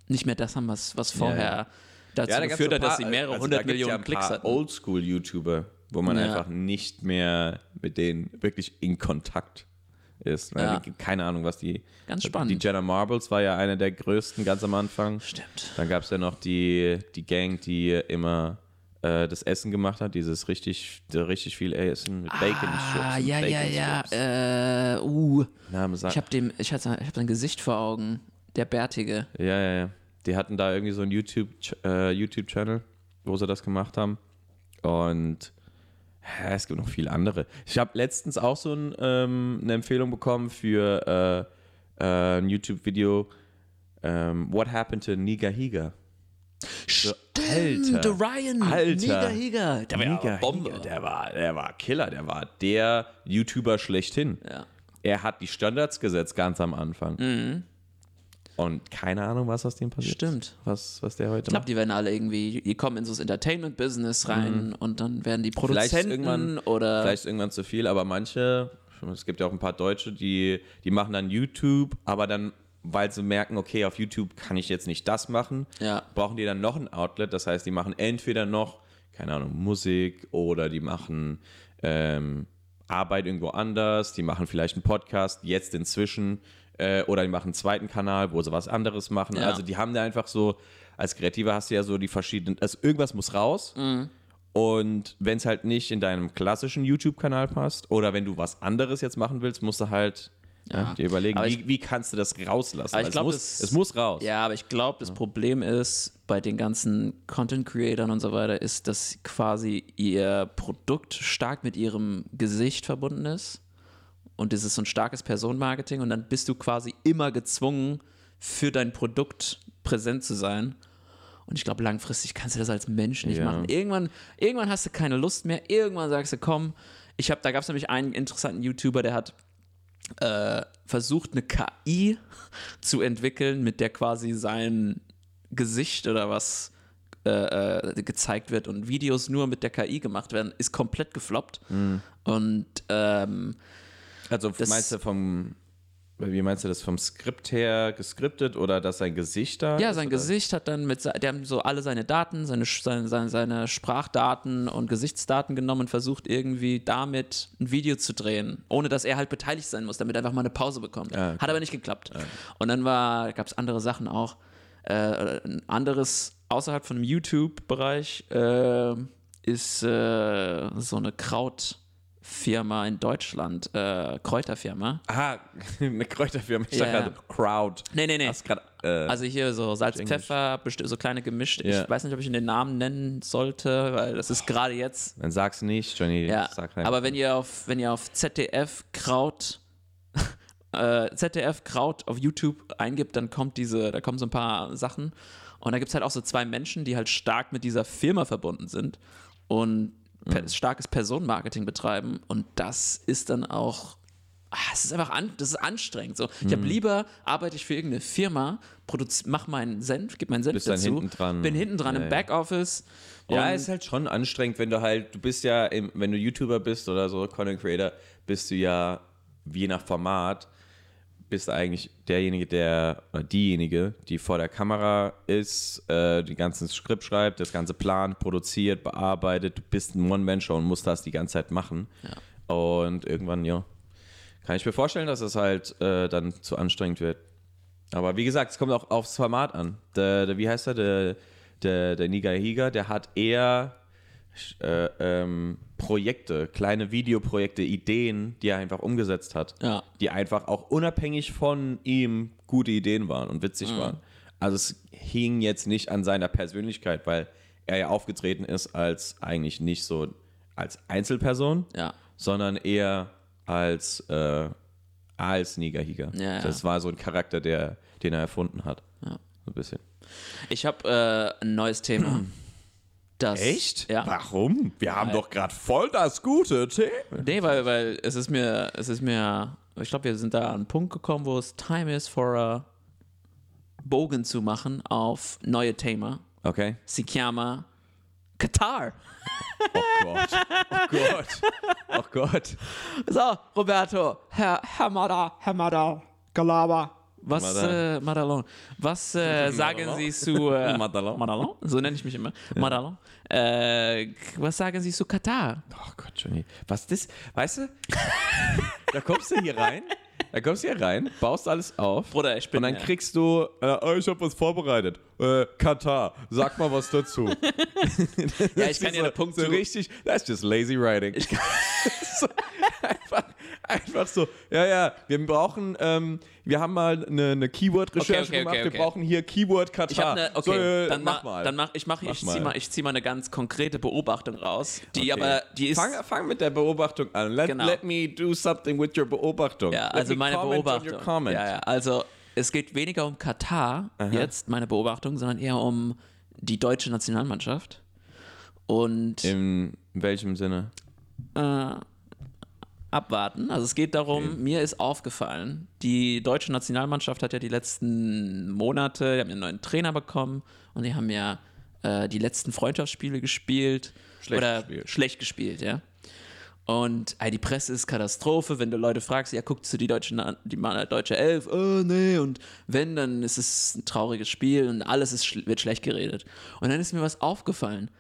Speaker 1: nicht mehr das haben, was, was vorher dazu
Speaker 2: da gab's
Speaker 1: geführt
Speaker 2: so
Speaker 1: hat,
Speaker 2: paar-
Speaker 1: dass sie mehrere
Speaker 2: also da
Speaker 1: hundert
Speaker 2: gibt's
Speaker 1: Millionen
Speaker 2: ja ein
Speaker 1: Klicks
Speaker 2: paar
Speaker 1: hatten.
Speaker 2: Oldschool-YouTuber, wo man
Speaker 1: Ja.
Speaker 2: einfach nicht mehr mit denen wirklich in Kontakt ist. Weil
Speaker 1: Ja.
Speaker 2: die- keine Ahnung, was die.
Speaker 1: Ganz
Speaker 2: Die
Speaker 1: spannend.
Speaker 2: Jenna Marbles war ja eine der größten ganz am Anfang.
Speaker 1: Stimmt.
Speaker 2: Dann gab es ja noch die, die Gang, die immer äh, das Essen gemacht hat, dieses richtig, richtig viel Essen mit Bacon
Speaker 1: Ah, ja, ja, ja.
Speaker 2: Bacon
Speaker 1: Äh, uh.
Speaker 2: Name sagt.
Speaker 1: Ich habe dem, ich hatte, ich hab sein Gesicht vor Augen. Der Bärtige.
Speaker 2: Ja, ja, ja. Die hatten da irgendwie so einen YouTube, äh, YouTube-Channel, wo sie das gemacht haben. Und ja, es gibt noch viele andere. Ich habe letztens auch so ein, ähm, eine Empfehlung bekommen für äh, äh, ein YouTube-Video. Ähm, What happened to Niga Higa?
Speaker 1: Stimmt, Mm,
Speaker 2: Alter.
Speaker 1: Ryan.
Speaker 2: Alter.
Speaker 1: Niederhiger. Der war ja
Speaker 2: Niga
Speaker 1: aber Bombe.
Speaker 2: Higa, der war, der war Killer, der war der YouTuber schlechthin.
Speaker 1: Ja.
Speaker 2: Er hat die Standards gesetzt ganz am Anfang. Und keine Ahnung, was aus dem passiert. ist.
Speaker 1: Mhm. Stimmt.
Speaker 2: Was, was der heute
Speaker 1: Ich glaube, die werden alle irgendwie, die kommen in so das Entertainment-Business rein und dann werden die
Speaker 2: Mhm. Vielleicht ist
Speaker 1: Produzenten
Speaker 2: irgendwann-
Speaker 1: oder
Speaker 2: Vielleicht ist irgendwann zu viel, aber manche, es gibt ja auch ein paar Deutsche, die, die machen dann YouTube, aber dann, weil sie merken, okay, auf YouTube kann ich jetzt nicht das machen,
Speaker 1: Ja.
Speaker 2: brauchen die dann noch ein Outlet. Das heißt, die machen entweder noch, keine Ahnung, Musik oder die machen ähm, Arbeit irgendwo anders, die machen vielleicht einen Podcast, jetzt inzwischen, äh, oder die machen einen zweiten Kanal, wo sie was anderes machen.
Speaker 1: Ja.
Speaker 2: Also die haben da einfach so, als Kreativer hast du ja so die verschiedenen, also irgendwas muss raus.
Speaker 1: Mhm.
Speaker 2: Und wenn es halt nicht in deinem klassischen YouTube-Kanal passt oder wenn du was anderes jetzt machen willst, musst du halt ja, dir überlegen,
Speaker 1: Aber
Speaker 2: wie, wie kannst du das rauslassen?
Speaker 1: Aber ich
Speaker 2: Weil
Speaker 1: glaub,
Speaker 2: es,
Speaker 1: das-
Speaker 2: muss, es muss raus.
Speaker 1: Ja, aber ich glaube, das Problem ist bei den ganzen Content-Creatern und so weiter, ist, dass quasi ihr Produkt stark mit ihrem Gesicht verbunden ist. Und das ist so ein starkes Personenmarketing. Und dann bist du quasi immer gezwungen, für dein Produkt präsent zu sein. Und ich glaube, langfristig kannst du das als Mensch nicht
Speaker 2: Ja.
Speaker 1: machen. Irgendwann, irgendwann hast du keine Lust mehr. Irgendwann sagst du, komm, ich habe, da gab es nämlich einen interessanten YouTuber, der hat äh, versucht, eine KI zu entwickeln, mit der quasi sein Gesicht oder was äh, äh, gezeigt wird und Videos nur mit der KI gemacht werden, ist komplett gefloppt. Und ähm,
Speaker 2: Also
Speaker 1: Das-
Speaker 2: meinst du vom, wie meinst du das, vom Skript her geskriptet oder dass sein Gesicht da
Speaker 1: ja,
Speaker 2: ist,
Speaker 1: sein
Speaker 2: oder?
Speaker 1: Gesicht hat dann mit, se- der haben so alle seine Daten, seine, Sch- seine, seine, seine Sprachdaten und Gesichtsdaten genommen und versucht irgendwie damit ein Video zu drehen, ohne dass er halt beteiligt sein muss, damit er einfach mal eine Pause bekommt. Hat aber nicht geklappt. Und dann war, gab es andere Sachen auch. Äh, ein anderes außerhalb von dem YouTube-Bereich äh, ist äh, so eine Krautfirma in Deutschland, äh, Kräuterfirma.
Speaker 2: Ah, eine Kräuterfirma. Ich
Speaker 1: Ja.
Speaker 2: dachte gerade Crowd.
Speaker 1: Nee, nee, nee.
Speaker 2: Hast grad, äh,
Speaker 1: Also hier so Salz,
Speaker 2: Englisch.
Speaker 1: Pfeffer, besti- so kleine gemischt.
Speaker 2: Ja.
Speaker 1: Ich weiß nicht, ob ich Ihnen den Namen nennen sollte, weil das ist gerade jetzt.
Speaker 2: dann sag's nicht, Johnny.
Speaker 1: Ja.
Speaker 2: Sag halt rein.
Speaker 1: Aber wenn ihr auf, wenn ihr auf ZDF Kraut, äh, ZDF Kraut auf YouTube eingibt, dann kommt diese, da kommen so ein paar Sachen. Und da gibt es halt auch so zwei Menschen, die halt stark mit dieser Firma verbunden sind und per
Speaker 2: Mhm.
Speaker 1: starkes Personenmarketing betreiben. Und das ist dann auch Ah, es ist einfach an, das ist anstrengend. So. Ich
Speaker 2: Mhm.
Speaker 1: habe lieber, arbeite ich für irgendeine Firma, produz, mach meinen Senf, gib meinen Senf
Speaker 2: Bist dann
Speaker 1: dazu,
Speaker 2: hinten dran.
Speaker 1: bin hinten dran
Speaker 2: Ja,
Speaker 1: im
Speaker 2: ja.
Speaker 1: Backoffice.
Speaker 2: Ja,
Speaker 1: und-
Speaker 2: ist halt schon anstrengend, wenn du halt, du bist ja, im, wenn du YouTuber bist oder so, Content Creator, bist du ja, je nach Format, bist du eigentlich derjenige, der, oder diejenige, die vor der Kamera ist, äh, die ganzen Skript schreibt, das Ganze plant, produziert, bearbeitet, du bist ein One-Man-Show und musst das die ganze Zeit machen. Und irgendwann, ja, kann ich mir vorstellen, dass es halt äh, dann zu anstrengend wird. Aber wie gesagt, es kommt auch aufs Format an. Der, der, wie heißt er? Der, der, der Niga Higa, der hat eher äh, ähm, Projekte, kleine Videoprojekte, Ideen, die er einfach umgesetzt hat.
Speaker 1: Ja.
Speaker 2: Die einfach auch unabhängig von ihm gute Ideen waren und witzig waren. Also es hing jetzt nicht an seiner Persönlichkeit, weil er ja aufgetreten ist als eigentlich nicht so als Einzelperson,
Speaker 1: ja.
Speaker 2: sondern eher als, äh, als Niga Higa.
Speaker 1: Ja, ja.
Speaker 2: Das war so ein Charakter, der, den er erfunden hat.
Speaker 1: Ja.
Speaker 2: So ein bisschen.
Speaker 1: Ich habe äh, ein neues Thema. Das, Ja.
Speaker 2: Warum? Wir haben doch gerade voll das gute Thema.
Speaker 1: Nee, weil, weil es ist mir, es ist mir, ich glaube, wir sind da an einen Punkt gekommen, wo es time is for a Bogen zu machen auf neue Thema.
Speaker 2: Okay.
Speaker 1: Sie chiama Katar.
Speaker 2: Oh Gott. Oh Gott. Oh Gott.
Speaker 1: So, Roberto, Herr, Herr Mada, Herr Mada, Galaba, Was,
Speaker 2: Madal-
Speaker 1: äh, Madalon, was äh, sagen Sie zu. Äh,
Speaker 2: Madalon.
Speaker 1: Madalon? So nenne ich mich immer. Madalon. Äh, was sagen Sie zu Katar?
Speaker 2: Oh Gott, Johnny. Was das? Weißt du? da kommst du hier rein. Da kommst du hier rein, baust alles auf.
Speaker 1: Bruder, ich bin-
Speaker 2: Und dann
Speaker 1: ja.
Speaker 2: kriegst du, äh, oh, ich habe was vorbereitet. Äh, Katar, sag mal was dazu.
Speaker 1: Ja, ich kann ja
Speaker 2: so,
Speaker 1: einen Punkt
Speaker 2: so
Speaker 1: zu-
Speaker 2: richtig, that's just lazy writing. so, einfach, einfach so, ja, ja, wir brauchen, ähm, wir haben mal eine, eine Keyword-Recherche
Speaker 1: Okay, okay,
Speaker 2: gemacht,
Speaker 1: okay,
Speaker 2: wir
Speaker 1: okay.
Speaker 2: brauchen hier Keyword Katar.
Speaker 1: Ich habe eine, okay,
Speaker 2: so, äh,
Speaker 1: dann
Speaker 2: mach
Speaker 1: mach,
Speaker 2: mal.
Speaker 1: Dann mach, ich mach, ich
Speaker 2: mal.
Speaker 1: zieh mal, ich zieh mal eine ganz konkrete Beobachtung raus, die
Speaker 2: Okay.
Speaker 1: aber, die ist,
Speaker 2: fang, fang mit der Beobachtung an. Let,
Speaker 1: Genau.
Speaker 2: let me do something with your Beobachtung.
Speaker 1: ja,
Speaker 2: let
Speaker 1: also
Speaker 2: me
Speaker 1: meine
Speaker 2: comment
Speaker 1: Beobachtung.
Speaker 2: On your comment.
Speaker 1: Ja, ja, also es geht weniger um Katar jetzt, meine Beobachtung, sondern eher um die deutsche Nationalmannschaft. Und
Speaker 2: In welchem Sinne?
Speaker 1: äh, abwarten. Also es geht darum, mir ist aufgefallen, die deutsche Nationalmannschaft hat ja die letzten Monate, die haben einen neuen Trainer bekommen und die haben ja äh, die letzten Freundschaftsspiele gespielt
Speaker 2: Schlecht
Speaker 1: oder
Speaker 2: gespielt.
Speaker 1: schlecht gespielt, ja. Und ey, die Presse ist Katastrophe, wenn du Leute fragst, ja, guckst du die deutsche, Na- die Ma- deutsche Elf? Oh, nee. Und wenn, dann ist es ein trauriges Spiel und alles ist, schl- wird schlecht geredet. Und dann ist mir was aufgefallen.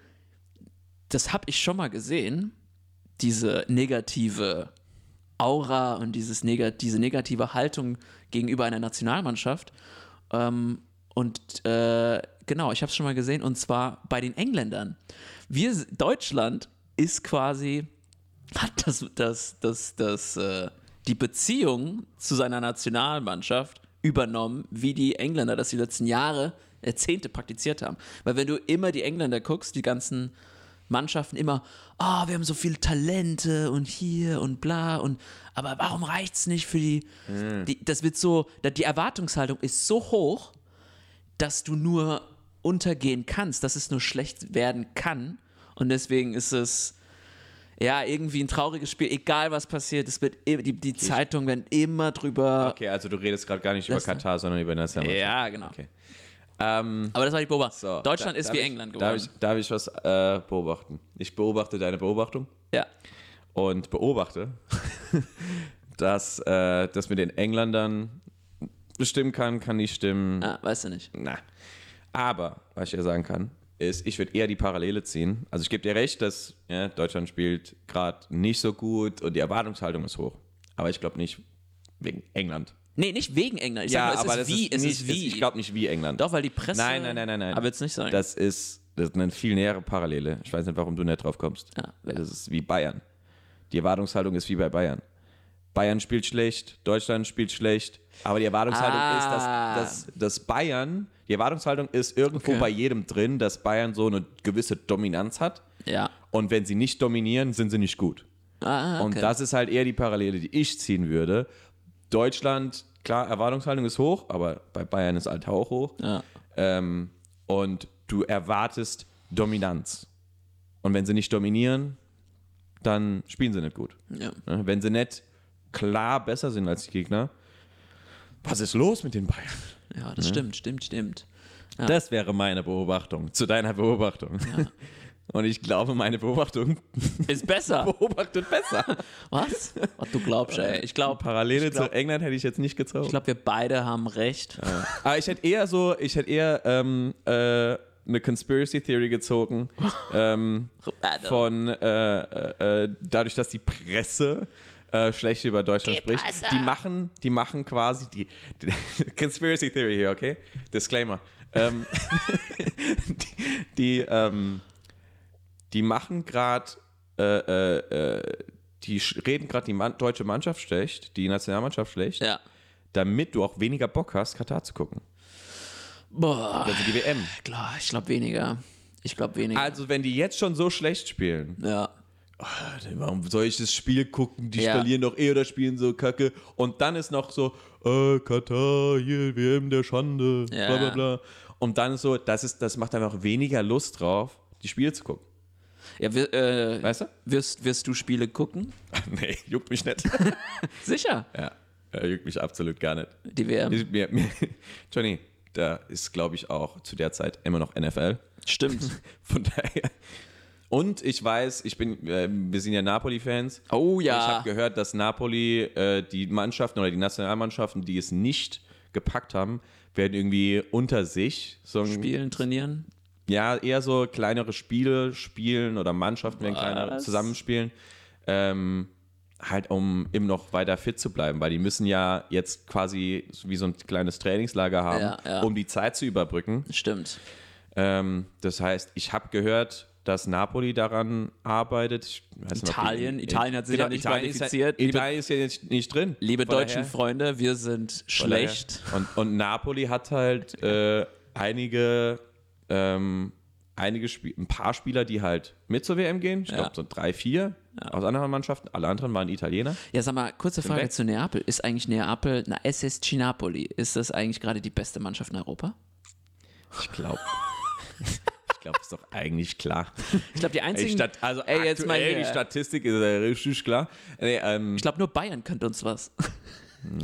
Speaker 1: Das habe ich schon mal gesehen, diese negative Aura und dieses nega diese negative Haltung gegenüber einer Nationalmannschaft. Ähm, und äh, genau, ich habe es schon mal gesehen, und zwar bei den Engländern. Wir, s- Deutschland ist quasi, hat das, das, das, das, äh, die Beziehung zu seiner Nationalmannschaft übernommen, wie die Engländer das die letzten Jahre, Jahrzehnte praktiziert haben. Weil wenn du immer die Engländer guckst, die ganzen Mannschaften immer, ah, wir haben so viele Talente und hier und bla und aber warum reicht's nicht für die,
Speaker 2: Mhm.
Speaker 1: die das wird so, da- die Erwartungshaltung ist so hoch, dass du nur untergehen kannst, dass es nur schlecht werden kann und deswegen ist es ja irgendwie ein trauriges Spiel, egal was passiert, es wird i- die, die Zeitungen werden immer drüber
Speaker 2: Okay, also du redest gerade gar nicht über
Speaker 1: Das-
Speaker 2: Katar, sondern über Nationalmannschaft.
Speaker 1: ja, genau.
Speaker 2: Okay. Ähm,
Speaker 1: Aber das war die Beobachtung.
Speaker 2: so,
Speaker 1: Deutschland
Speaker 2: da-
Speaker 1: ist
Speaker 2: darf
Speaker 1: wie
Speaker 2: ich-
Speaker 1: England
Speaker 2: Darf
Speaker 1: geworden.
Speaker 2: ich, darf ich was äh, beobachten? Ich beobachte deine Beobachtung
Speaker 1: ja.
Speaker 2: und beobachte, dass äh, das mit den Engländern stimmen kann, kann nicht stimmen.
Speaker 1: Ah, weißt du nicht.
Speaker 2: Na. Aber, was ich ja sagen kann, ist, ich würde eher die Parallele ziehen. Also ich gebe dir recht, dass ja, Deutschland spielt gerade nicht so gut und die Erwartungshaltung ist hoch. Aber ich glaube nicht wegen England.
Speaker 1: Nee, nicht wegen England. Ich sag nur, es ist wie, es
Speaker 2: nicht,
Speaker 1: ist wie.
Speaker 2: Ich glaube nicht wie England.
Speaker 1: Doch, weil die Presse.
Speaker 2: Nein, nein, nein, nein, nein.
Speaker 1: Aber jetzt nicht sagen.
Speaker 2: Das ist, das ist eine viel nähere Parallele. Ich weiß nicht, warum du nicht drauf kommst.
Speaker 1: Ja.
Speaker 2: Weil das ist wie Bayern. Die Erwartungshaltung ist wie bei Bayern. Bayern spielt schlecht, Deutschland spielt schlecht, aber die Erwartungshaltung
Speaker 1: Ah.
Speaker 2: ist, dass, dass, dass Bayern, die Erwartungshaltung ist irgendwo
Speaker 1: Okay.
Speaker 2: bei jedem drin, dass Bayern so eine gewisse Dominanz hat
Speaker 1: ja.
Speaker 2: und wenn sie nicht dominieren, sind sie nicht gut.
Speaker 1: Ah,
Speaker 2: Und
Speaker 1: okay.
Speaker 2: das ist halt eher die Parallele, die ich ziehen würde. Deutschland, klar, Erwartungshaltung ist hoch, aber bei Bayern ist halt auch hoch.
Speaker 1: Ja.
Speaker 2: Ähm, und du erwartest Dominanz. Und wenn sie nicht dominieren, dann spielen sie nicht gut.
Speaker 1: Ja.
Speaker 2: Ne? Wenn sie nicht klar besser sind als die Gegner, was ist los mit den Bayern?
Speaker 1: ja,
Speaker 2: Mhm.
Speaker 1: das stimmt, stimmt, stimmt.
Speaker 2: Das wäre meine Beobachtung zu deiner Beobachtung. Und ich glaube, meine Beobachtung
Speaker 1: Ist besser.
Speaker 2: beobachtet besser.
Speaker 1: Was? Was du glaubst,
Speaker 2: Äh,
Speaker 1: ey. Ich glaube,
Speaker 2: Parallele
Speaker 1: ich glaub,
Speaker 2: zu England hätte ich jetzt nicht getraut.
Speaker 1: ich glaub, wir beide haben recht.
Speaker 2: Aber ich hätte eher so, ich hätte eher ähm, äh, eine Conspiracy Theory gezogen ähm,
Speaker 1: Roberto.
Speaker 2: von äh, äh, dadurch, dass die Presse äh, schlecht über Deutschland spricht.
Speaker 1: Presse.
Speaker 2: Die machen, die machen quasi die, die Conspiracy Theory hier, okay? Disclaimer. Ähm, die, die, ähm, die machen gerade äh, äh, äh, die sch- reden gerade die Mann, deutsche Mannschaft schlecht, die Nationalmannschaft schlecht,
Speaker 1: Ja.
Speaker 2: damit du auch weniger Bock hast, Katar zu gucken.
Speaker 1: Boah.
Speaker 2: Also die WM.
Speaker 1: Klar, ich glaube weniger. Ich glaube weniger.
Speaker 2: Also wenn die jetzt schon so schlecht spielen,
Speaker 1: ja.
Speaker 2: warum soll ich das Spiel gucken? Die
Speaker 1: Ja.
Speaker 2: verlieren doch eh oder spielen so Kacke. Und dann ist noch so, äh, Katar, hier, WM der Schande,
Speaker 1: Ja.
Speaker 2: bla bla bla. Und dann ist so, das, ist, das macht einfach weniger Lust drauf, die Spiele zu gucken.
Speaker 1: ja wir, äh,
Speaker 2: Weißt du?
Speaker 1: wirst, wirst du Spiele gucken?
Speaker 2: nee, juckt mich nicht.
Speaker 1: Sicher.
Speaker 2: ja, äh, juckt mich absolut gar nicht.
Speaker 1: Die WM.
Speaker 2: Mir, mir, Johnny, da ist, glaube ich, auch zu der Zeit immer noch NFL.
Speaker 1: Stimmt.
Speaker 2: Von daher. Und ich weiß, ich bin, äh, wir sind ja Napoli-Fans.
Speaker 1: Oh
Speaker 2: Ich
Speaker 1: ja.
Speaker 2: habe gehört, dass Napoli äh, die Mannschaften oder die Nationalmannschaften, die es nicht gepackt haben, werden irgendwie unter sich so ein,
Speaker 1: Spielen, trainieren.
Speaker 2: ja, eher so kleinere Spiele spielen oder Mannschaften werden kleiner
Speaker 1: Was?
Speaker 2: zusammenspielen. Ähm, halt, um eben noch weiter fit zu bleiben, weil die müssen ja jetzt quasi wie so ein kleines Trainingslager haben,
Speaker 1: Ja, ja.
Speaker 2: um die Zeit zu überbrücken.
Speaker 1: Stimmt.
Speaker 2: Ähm, das heißt, ich habe gehört, dass Napoli daran arbeitet. Ich weiß nicht, ob die-
Speaker 1: Italien- Italien hat sich ja nicht
Speaker 2: Italien
Speaker 1: qualifiziert.
Speaker 2: Ist ja, Italien ist ja nicht, nicht drin.
Speaker 1: Liebe
Speaker 2: Von
Speaker 1: deutschen
Speaker 2: daher-
Speaker 1: Freunde, wir sind
Speaker 2: von daher-
Speaker 1: schlecht.
Speaker 2: Und, und Napoli hat halt äh, einige, ähm, einige Spie ein paar Spieler, die halt mit zur WM gehen. Ich glaube, so drei, vier aus anderen Mannschaften. Alle anderen waren Italiener.
Speaker 1: Ja, sag mal, kurze Frage
Speaker 2: weg.
Speaker 1: zu Neapel. Ist eigentlich Neapel, na, SSC Napoli, ist das eigentlich gerade die beste Mannschaft in Europa?
Speaker 2: Ich glaube. ich glaube, ist doch eigentlich klar.
Speaker 1: Ich glaube, die
Speaker 2: Ey,
Speaker 1: einzigen.
Speaker 2: Stat also
Speaker 1: Ey, jetzt mal
Speaker 2: aktuell,
Speaker 1: hier.
Speaker 2: die Statistik ist ja richtig klar. Nee, ähm,
Speaker 1: ich glaube, nur Bayern könnte uns was.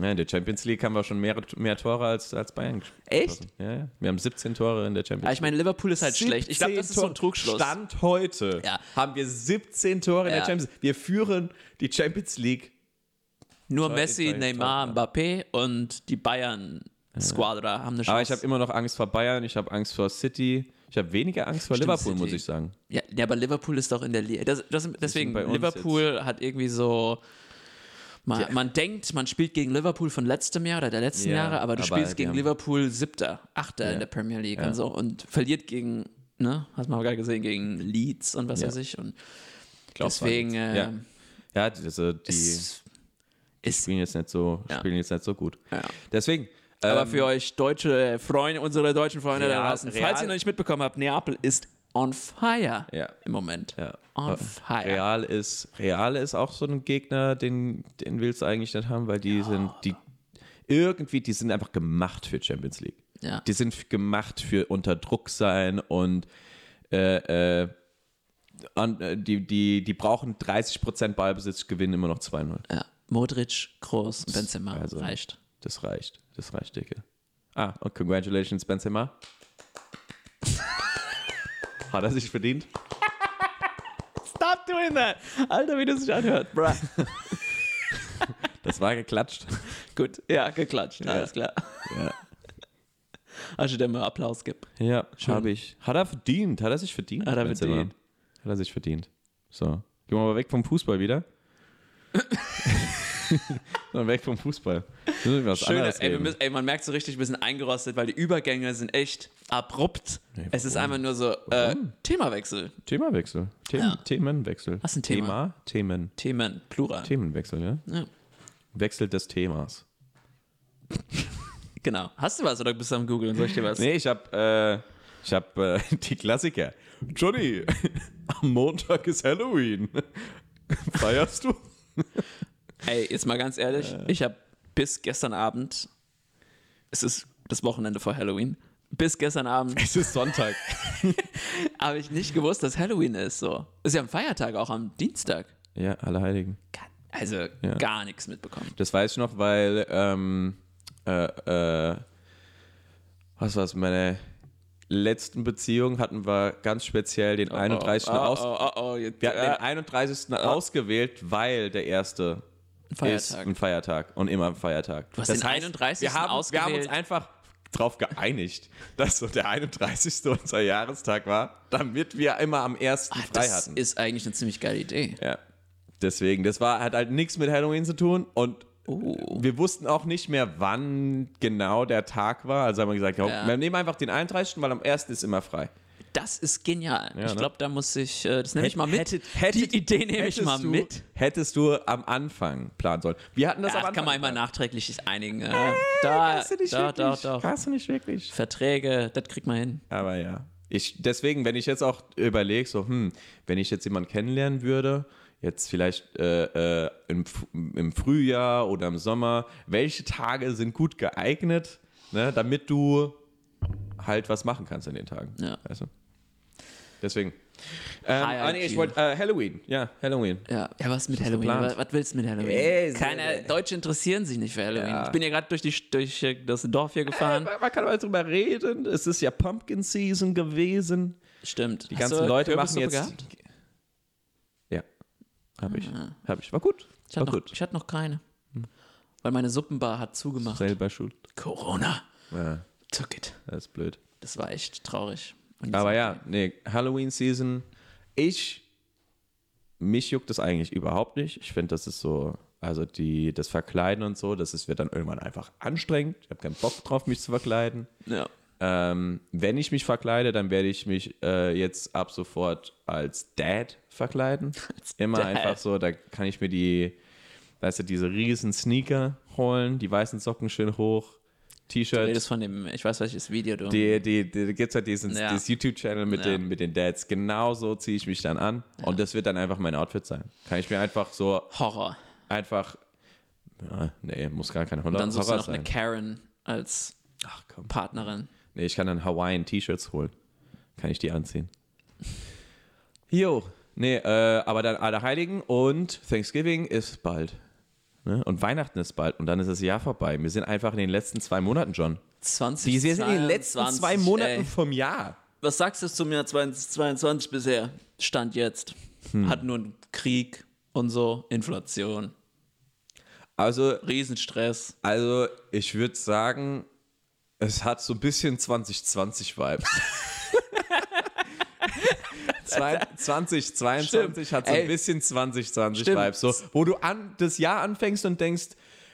Speaker 2: Ja, in der Champions League haben wir schon mehr, mehr Tore als, als Bayern gespielt.
Speaker 1: Echt?
Speaker 2: Ja, ja. Wir haben 17 Tore in der Champions
Speaker 1: Aber
Speaker 2: League.
Speaker 1: Ah, ich meine, Liverpool ist halt schlecht. Ich glaube, das ist so ein
Speaker 2: 17
Speaker 1: Trugschluss.
Speaker 2: Stand heute
Speaker 1: Ja.
Speaker 2: haben wir 17 Tore in
Speaker 1: Ja.
Speaker 2: der Champions League. Wir führen die Champions League.
Speaker 1: Nur
Speaker 2: Zwei-
Speaker 1: Messi,
Speaker 2: zwei-
Speaker 1: Neymar, Mbappé und die Bayern Squadra haben eine Chance.
Speaker 2: Aber ich habe immer noch Angst vor Bayern, ich habe Angst vor City. Ich habe weniger Angst vor
Speaker 1: Stimmt,
Speaker 2: Liverpool,
Speaker 1: City.
Speaker 2: muss ich sagen.
Speaker 1: ja, ja, aber Liverpool ist doch in der Liga. Das, das, deswegen,
Speaker 2: bei uns
Speaker 1: Liverpool hat irgendwie so. Man, man denkt, man spielt gegen Liverpool von letztem Jahr oder der letzten
Speaker 2: Ja,
Speaker 1: Jahre, aber du
Speaker 2: aber
Speaker 1: spielst
Speaker 2: die
Speaker 1: gegen
Speaker 2: haben-
Speaker 1: Liverpool siebter, achter in der Premier League und so und verliert gegen, ne, hast man auch gerade gesehen, gegen Leeds und was
Speaker 2: Ja.
Speaker 1: weiß ich. Und
Speaker 2: Ich glaub,
Speaker 1: deswegen
Speaker 2: war
Speaker 1: äh,
Speaker 2: jetzt- Ja, ja also die
Speaker 1: ist, ist
Speaker 2: spielen, jetzt nicht so,
Speaker 1: Ja.
Speaker 2: spielen jetzt nicht so gut.
Speaker 1: Ja.
Speaker 2: Deswegen.
Speaker 1: Aber
Speaker 2: ähm,
Speaker 1: für euch deutsche Freunde, unsere deutschen Freunde da
Speaker 2: Real-
Speaker 1: draußen,
Speaker 2: Real-
Speaker 1: falls ihr noch nicht mitbekommen habt, Neapel ist on fire
Speaker 2: Ja.
Speaker 1: im Moment.
Speaker 2: Ja.
Speaker 1: On
Speaker 2: Ja.
Speaker 1: fire.
Speaker 2: Real ist, Real ist auch so ein Gegner, den, den willst du eigentlich nicht haben, weil die sind, die irgendwie, die sind einfach gemacht für Champions League.
Speaker 1: Ja.
Speaker 2: Die sind f- gemacht für unter Druck sein und äh, äh, an- äh, die, die, die brauchen 30% Ballbesitz, gewinnen immer noch 2-0.
Speaker 1: Ja. Modric, Groß, und Benzema,
Speaker 2: Also-
Speaker 1: reicht.
Speaker 2: Das reicht. Das reicht, Dicke. Ah, und congratulations, Benzema. Hat er sich verdient?
Speaker 1: Stop doing that! Alter, wie das sich anhört, bruh.
Speaker 2: Das war geklatscht.
Speaker 1: Gut, ja, geklatscht, alles klar.
Speaker 2: Ja.
Speaker 1: Also, der mal Applaus gibt.
Speaker 2: Ja, habe ich. Hat er verdient? Hat er sich verdient?
Speaker 1: Hat er
Speaker 2: Benzema?
Speaker 1: verdient.
Speaker 2: Hat er sich verdient. So. Gehen wir mal weg vom Fußball wieder. Sondern weg vom Fußball. Müssen wir über was
Speaker 1: Schön,
Speaker 2: anderes
Speaker 1: ey, wir
Speaker 2: reden.
Speaker 1: müssen, ey, man merkt so richtig, wir sind eingerostet, weil die Übergänge sind echt abrupt. es ist einfach nur so, äh, Themawechsel.
Speaker 2: Themawechsel. Them Themenwechsel.
Speaker 1: Was ist ein Thema?
Speaker 2: Themen.
Speaker 1: Themen, Plural.
Speaker 2: Themenwechsel, ja?
Speaker 1: Ja.
Speaker 2: Wechsel des Themas.
Speaker 1: Genau. Hast du was oder bist du am Googeln? Soll ich dir was?
Speaker 2: Nee, ich habe äh, ich hab, äh, die Klassiker. Johnny, am Montag ist Halloween. Feierst du?
Speaker 1: Ey, jetzt mal ganz ehrlich,
Speaker 2: Äh.
Speaker 1: ich habe bis gestern Abend, es ist das Wochenende vor Halloween, bis gestern Abend
Speaker 2: Es ist Sonntag.
Speaker 1: habe ich nicht gewusst, dass Halloween ist. So. Ist ja am Feiertag, auch am Dienstag.
Speaker 2: ja, Allerheiligen.
Speaker 1: Gar- Also gar nichts mitbekommen.
Speaker 2: Das weiß ich noch, weil, ähm, äh, äh, was war's, meine letzten Beziehung hatten wir ganz speziell den 31.
Speaker 1: oh,
Speaker 2: aus.
Speaker 1: oh, oh, oh, jetzt,
Speaker 2: Wir hatten
Speaker 1: äh,
Speaker 2: den 31. ausgewählt, weil der erste
Speaker 1: äh,
Speaker 2: ist
Speaker 1: Feiertag.
Speaker 2: ein Feiertag und immer ein Feiertag. Du
Speaker 1: hast den 31.
Speaker 2: wir haben, Wir haben uns
Speaker 1: ausgewählt.
Speaker 2: einfach drauf geeinigt, dass so der 31. unser Jahrestag war, damit wir immer am 1.
Speaker 1: Ach,
Speaker 2: frei
Speaker 1: Ah, das
Speaker 2: hatten.
Speaker 1: ist eigentlich eine ziemlich geile Idee.
Speaker 2: Ja. Deswegen, das war, hat halt nichts mit Halloween zu tun und
Speaker 1: Oh.
Speaker 2: wir wussten auch nicht mehr, wann genau der Tag war. Also haben wir gesagt, ja.
Speaker 1: Ja.
Speaker 2: wir nehmen einfach den 31., weil am 1. ist immer frei.
Speaker 1: Das ist genial. ich
Speaker 2: ne?
Speaker 1: glaube, da muss ich, äh, das nehme ich mal mit.
Speaker 2: hättet-
Speaker 1: Die Idee nehme ich
Speaker 2: hättest
Speaker 1: mal
Speaker 2: du,
Speaker 1: mit.
Speaker 2: Hättest du am Anfang planen sollen. Wir hatten das am
Speaker 1: Das
Speaker 2: Anfang.
Speaker 1: kann man immer
Speaker 2: geplant.
Speaker 1: nachträglich einigen. Äh, da,
Speaker 2: Kannst du nicht
Speaker 1: da, da,
Speaker 2: wirklich.
Speaker 1: da,
Speaker 2: Kannst du nicht wirklich.
Speaker 1: Verträge, das kriegt man hin.
Speaker 2: Aber ja. Ich, deswegen, wenn ich jetzt auch überlege, so, hm, wenn ich jetzt jemanden kennenlernen würde, jetzt vielleicht äh, äh, im, F- im Frühjahr oder im Sommer, welche Tage sind gut geeignet, ne, damit du halt was machen kannst in den Tagen.
Speaker 1: Ja.
Speaker 2: Weißt du? Deswegen. Ähm,
Speaker 1: High
Speaker 2: ah, nee, ich
Speaker 1: IQ.
Speaker 2: wollte äh, Halloween. Ja, Halloween.
Speaker 1: Ja, ja was mit Halloween?
Speaker 2: geplant.
Speaker 1: Was, was willst du mit Halloween?
Speaker 2: Ey, sehr,
Speaker 1: Keine
Speaker 2: sehr.
Speaker 1: Deutsche interessieren sich nicht für Halloween.
Speaker 2: Ja.
Speaker 1: Ich bin ja gerade durch, die- durch äh, das Dorf hier gefahren.
Speaker 2: Man kann mal drüber reden. Es ist ja Pumpkin Season gewesen.
Speaker 1: Stimmt.
Speaker 2: Die ganzen Leute machen jetzt.
Speaker 1: Gehabt?
Speaker 2: Ja. Habe ich. Habe ich. War gut.
Speaker 1: Ich
Speaker 2: War
Speaker 1: hatte, noch,
Speaker 2: gut. Hm.
Speaker 1: ich hatte noch keine. weil meine Suppenbar hat zugemacht.
Speaker 2: Selber schuld.
Speaker 1: Corona
Speaker 2: Ja,
Speaker 1: took it.
Speaker 2: das ist blöd.
Speaker 1: Das war echt traurig. Und
Speaker 2: Aber ja, nee, Halloween-Season, ich, mich juckt das eigentlich überhaupt nicht. Ich finde, das ist so, also die, das Verkleiden und so, das ist, wird dann irgendwann einfach anstrengend. Ich habe keinen Bock drauf, mich zu verkleiden.
Speaker 1: jetzt- ja.
Speaker 2: Ähm, wenn ich mich verkleide, dann werde ich mich äh, jetzt ab sofort als Dad verkleiden. Immer
Speaker 1: Dad.
Speaker 2: einfach so, da kann ich mir die, weißt du, diese riesen Sneaker holen, die weißen Socken schön hoch,
Speaker 1: Du
Speaker 2: T-Shirt.
Speaker 1: redest von dem, ich weiß welches Video du.
Speaker 2: Die, die, die, da gibt es halt diesen
Speaker 1: Ja.
Speaker 2: dieses YouTube-Channel mit,
Speaker 1: Ja.
Speaker 2: den, mit den Dads. Genau so ziehe ich mich dann an. Und das wird dann einfach mein Outfit sein. Kann ich mir einfach so,
Speaker 1: Horror.
Speaker 2: einfach, ja, nee, muss gar kein Horror,
Speaker 1: Dann suchst du
Speaker 2: Horror
Speaker 1: noch eine
Speaker 2: sein.
Speaker 1: Karen als
Speaker 2: Ach komm.
Speaker 1: Partnerin.
Speaker 2: Nee, ich kann dann Hawaiian-T-Shirts holen. Kann ich die anziehen. Jo. Nee, äh, aber dann Allerheiligen und Thanksgiving ist bald. Ne? Und Weihnachten ist bald. Und dann ist das Jahr vorbei. Wir sind einfach in den letzten zwei Monaten, John.
Speaker 1: 20.
Speaker 2: Die, wir sind in den letzten
Speaker 1: 22,
Speaker 2: zwei Monaten
Speaker 1: ey.
Speaker 2: vom Jahr.
Speaker 1: Was sagst du zum Jahr 2022 bisher? Stand jetzt.
Speaker 2: Hm.
Speaker 1: Hat nur einen Krieg und so, Inflation,
Speaker 2: Also,
Speaker 1: Riesenstress.
Speaker 2: Also, ich würde sagen, es hat so ein bisschen 2020-Vibes. 2022 hat so
Speaker 1: Ey.
Speaker 2: ein bisschen 2020-Vibes, so,
Speaker 1: Stimmt.
Speaker 2: wo du an, das Jahr anfängst und denkst,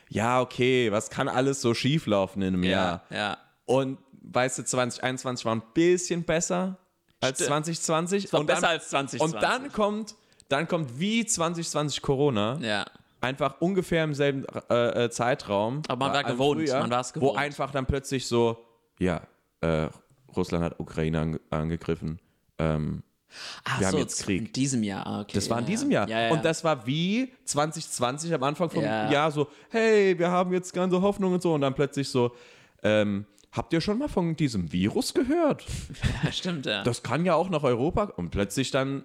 Speaker 2: ja, okay, was kann alles so schief laufen in einem Jahr?
Speaker 1: Ja.
Speaker 2: Und weißt du, 2021 war ein bisschen besser als
Speaker 1: Stimmt.
Speaker 2: 2020.
Speaker 1: war
Speaker 2: und
Speaker 1: besser als 2020.
Speaker 2: Und dann kommt, dann kommt wie 2020 Corona
Speaker 1: Ja.
Speaker 2: einfach ungefähr im selben äh, äh, Zeitraum.
Speaker 1: Aber man war
Speaker 2: äh, im
Speaker 1: gewohnt, man war es gewohnt.
Speaker 2: Wo einfach dann plötzlich so, ja, äh, Russland hat Ukraine ange angegriffen. Ähm,
Speaker 1: Ach
Speaker 2: Wir
Speaker 1: so,
Speaker 2: haben jetzt Krieg.
Speaker 1: In diesem Jahr, ah, okay.
Speaker 2: das war in
Speaker 1: ja,
Speaker 2: diesem Jahr.
Speaker 1: Ja, ja.
Speaker 2: Und das war wie 2020 am Anfang vom
Speaker 1: Ja.
Speaker 2: Jahr so, hey, wir haben jetzt ganze Hoffnung und so. Und dann plötzlich so, ähm, habt ihr schon mal von diesem Virus gehört?
Speaker 1: ja, stimmt, ja.
Speaker 2: Das kann ja auch nach Europa. Und plötzlich dann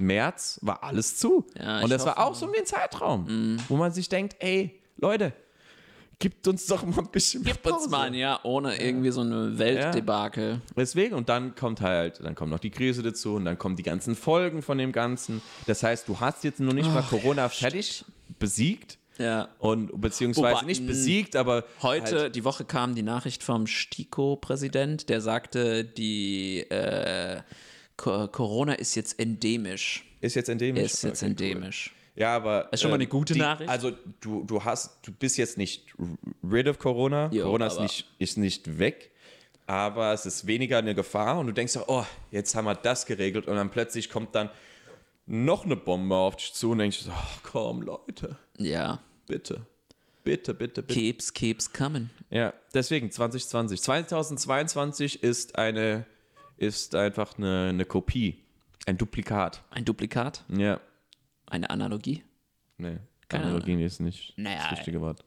Speaker 2: März war alles zu.
Speaker 1: Ja, ich
Speaker 2: und das war
Speaker 1: hoffe- Mhm.
Speaker 2: auch so ein Zeitraum, wo man sich denkt, ey, Leute, gibt uns doch mal ein bisschen mehr
Speaker 1: Gib uns
Speaker 2: Pause.
Speaker 1: mal ein Jahr ohne irgendwie so eine Weltdebakel.
Speaker 2: Deswegen, und dann kommt halt, dann kommt noch die Krise dazu und dann kommen die ganzen Folgen von dem Ganzen. Das heißt, du hast jetzt noch nicht mal Corona fertig besiegt
Speaker 1: Ja.
Speaker 2: und beziehungsweise
Speaker 1: Wobei,
Speaker 2: nicht
Speaker 1: mh,
Speaker 2: besiegt, aber
Speaker 1: Heute,
Speaker 2: halt,
Speaker 1: die Woche kam die Nachricht vom STIKO-Präsident, der sagte, die äh, Co Corona ist jetzt endemisch.
Speaker 2: ist jetzt endemisch.
Speaker 1: Ist jetzt
Speaker 2: Okay, cool.
Speaker 1: endemisch.
Speaker 2: Ja, aber. Ist
Speaker 1: schon mal eine gute Nachricht.
Speaker 2: Also, du, du hast, du bist jetzt nicht rid of Corona.
Speaker 1: Jo,
Speaker 2: Corona ist
Speaker 1: aber-
Speaker 2: nicht, ist nicht weg. Aber es ist weniger eine Gefahr und du denkst, so, oh, jetzt haben wir das geregelt und dann plötzlich kommt dann noch eine Bombe auf dich zu und denkst, so, oh, komm, Leute,
Speaker 1: Ja.
Speaker 2: bitte. Bitte, bitte, bitte.
Speaker 1: Keeps, keeps coming.
Speaker 2: Ja, deswegen 2020. 2022 ist eine, ist einfach eine, eine Kopie. Ein Duplikat.
Speaker 1: Ein Duplikat?
Speaker 2: Ja.
Speaker 1: Eine Analogie?
Speaker 2: Nee.
Speaker 1: Keine Ahnung.
Speaker 2: Analogie ist nicht
Speaker 1: Naja,
Speaker 2: das richtige Wort.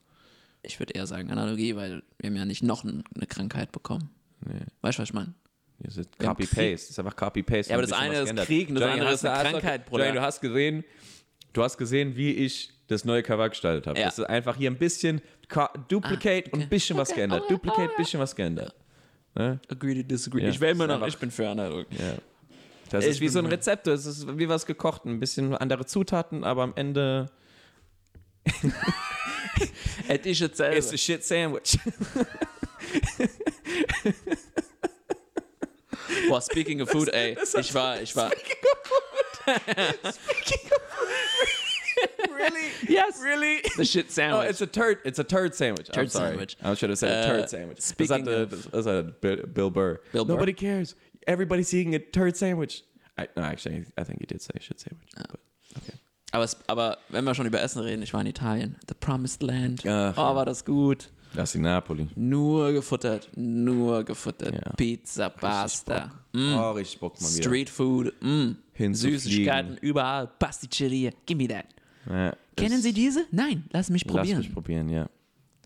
Speaker 1: Ich würde eher sagen Analogie, weil wir haben ja nicht noch n- eine Krankheit bekommen.
Speaker 2: Nee.
Speaker 1: Weißt du, was ich meine?
Speaker 2: Hier sind
Speaker 1: haben
Speaker 2: Copy-Paste. Das ist einfach Copy-Paste.
Speaker 1: Ja, aber
Speaker 2: Ein
Speaker 1: das
Speaker 2: bisschen
Speaker 1: eine
Speaker 2: was
Speaker 1: ist
Speaker 2: geändert.
Speaker 1: Krieg und das
Speaker 2: Johnny,
Speaker 1: andere
Speaker 2: du
Speaker 1: ist eine
Speaker 2: hast-
Speaker 1: Krankheit,
Speaker 2: Johnny,
Speaker 1: Bruder.
Speaker 2: Du hast gesehen, du hast gesehen, wie ich das neue Cover gestaltet habe.
Speaker 1: Ja. Ah,
Speaker 2: Das ist einfach hier ein bisschen co- Duplicate und ein bisschen was geändert.
Speaker 1: Oh,
Speaker 2: Duplicate, bisschen was geändert.
Speaker 1: Agree to disagree.
Speaker 2: Ja,
Speaker 1: ich wähle immer
Speaker 2: ist
Speaker 1: noch,
Speaker 2: einfach-
Speaker 1: ich bin für Analogie.
Speaker 2: Das
Speaker 1: Ich
Speaker 2: ist wie
Speaker 1: bin
Speaker 2: so ein
Speaker 1: mir-
Speaker 2: Rezept. Das ist wie was gekocht. Ein bisschen andere Zutaten, aber am Ende
Speaker 1: Hätte ich jetzt selber.
Speaker 2: ist a shit sandwich.
Speaker 1: Boah, speaking of food, ey, ich war, ich war.
Speaker 2: really?
Speaker 1: Yes,
Speaker 2: Really?
Speaker 1: the shit
Speaker 2: Oh,
Speaker 1: sandwich.
Speaker 2: it's a turd. It's a turd sandwich. I'm
Speaker 1: Turd
Speaker 2: sorry.
Speaker 1: sandwich.
Speaker 2: I should have said a
Speaker 1: Uh,
Speaker 2: turd sandwich. Is
Speaker 1: speaking
Speaker 2: that the, is that Bill, Bill Burr?
Speaker 1: Bill Burr.
Speaker 2: Nobody cares. Everybody's eating a turd sandwich. I, no, actually, I think he did say shit sandwich.
Speaker 1: Oh.
Speaker 2: But, okay.
Speaker 1: aber, es- aber wenn wir schon über Essen reden, ich war in Italien. The Promised Land.
Speaker 2: Ach.
Speaker 1: oh, war das gut.
Speaker 2: Das ist uh, Napoli.
Speaker 1: Nur gefuttert, nur gefuttert.
Speaker 2: Ja.
Speaker 1: Pizza, Pasta, Mm.
Speaker 2: Oh, richtig Bock mal wieder.
Speaker 1: Street Food, mm.
Speaker 2: Hin zu
Speaker 1: Süßigkeiten überall, Pasticceria, give me that.
Speaker 2: Ja,
Speaker 1: Kennen
Speaker 2: das-
Speaker 1: Sie diese? Nein, lass mich probieren.
Speaker 2: Lass mich probieren, ja.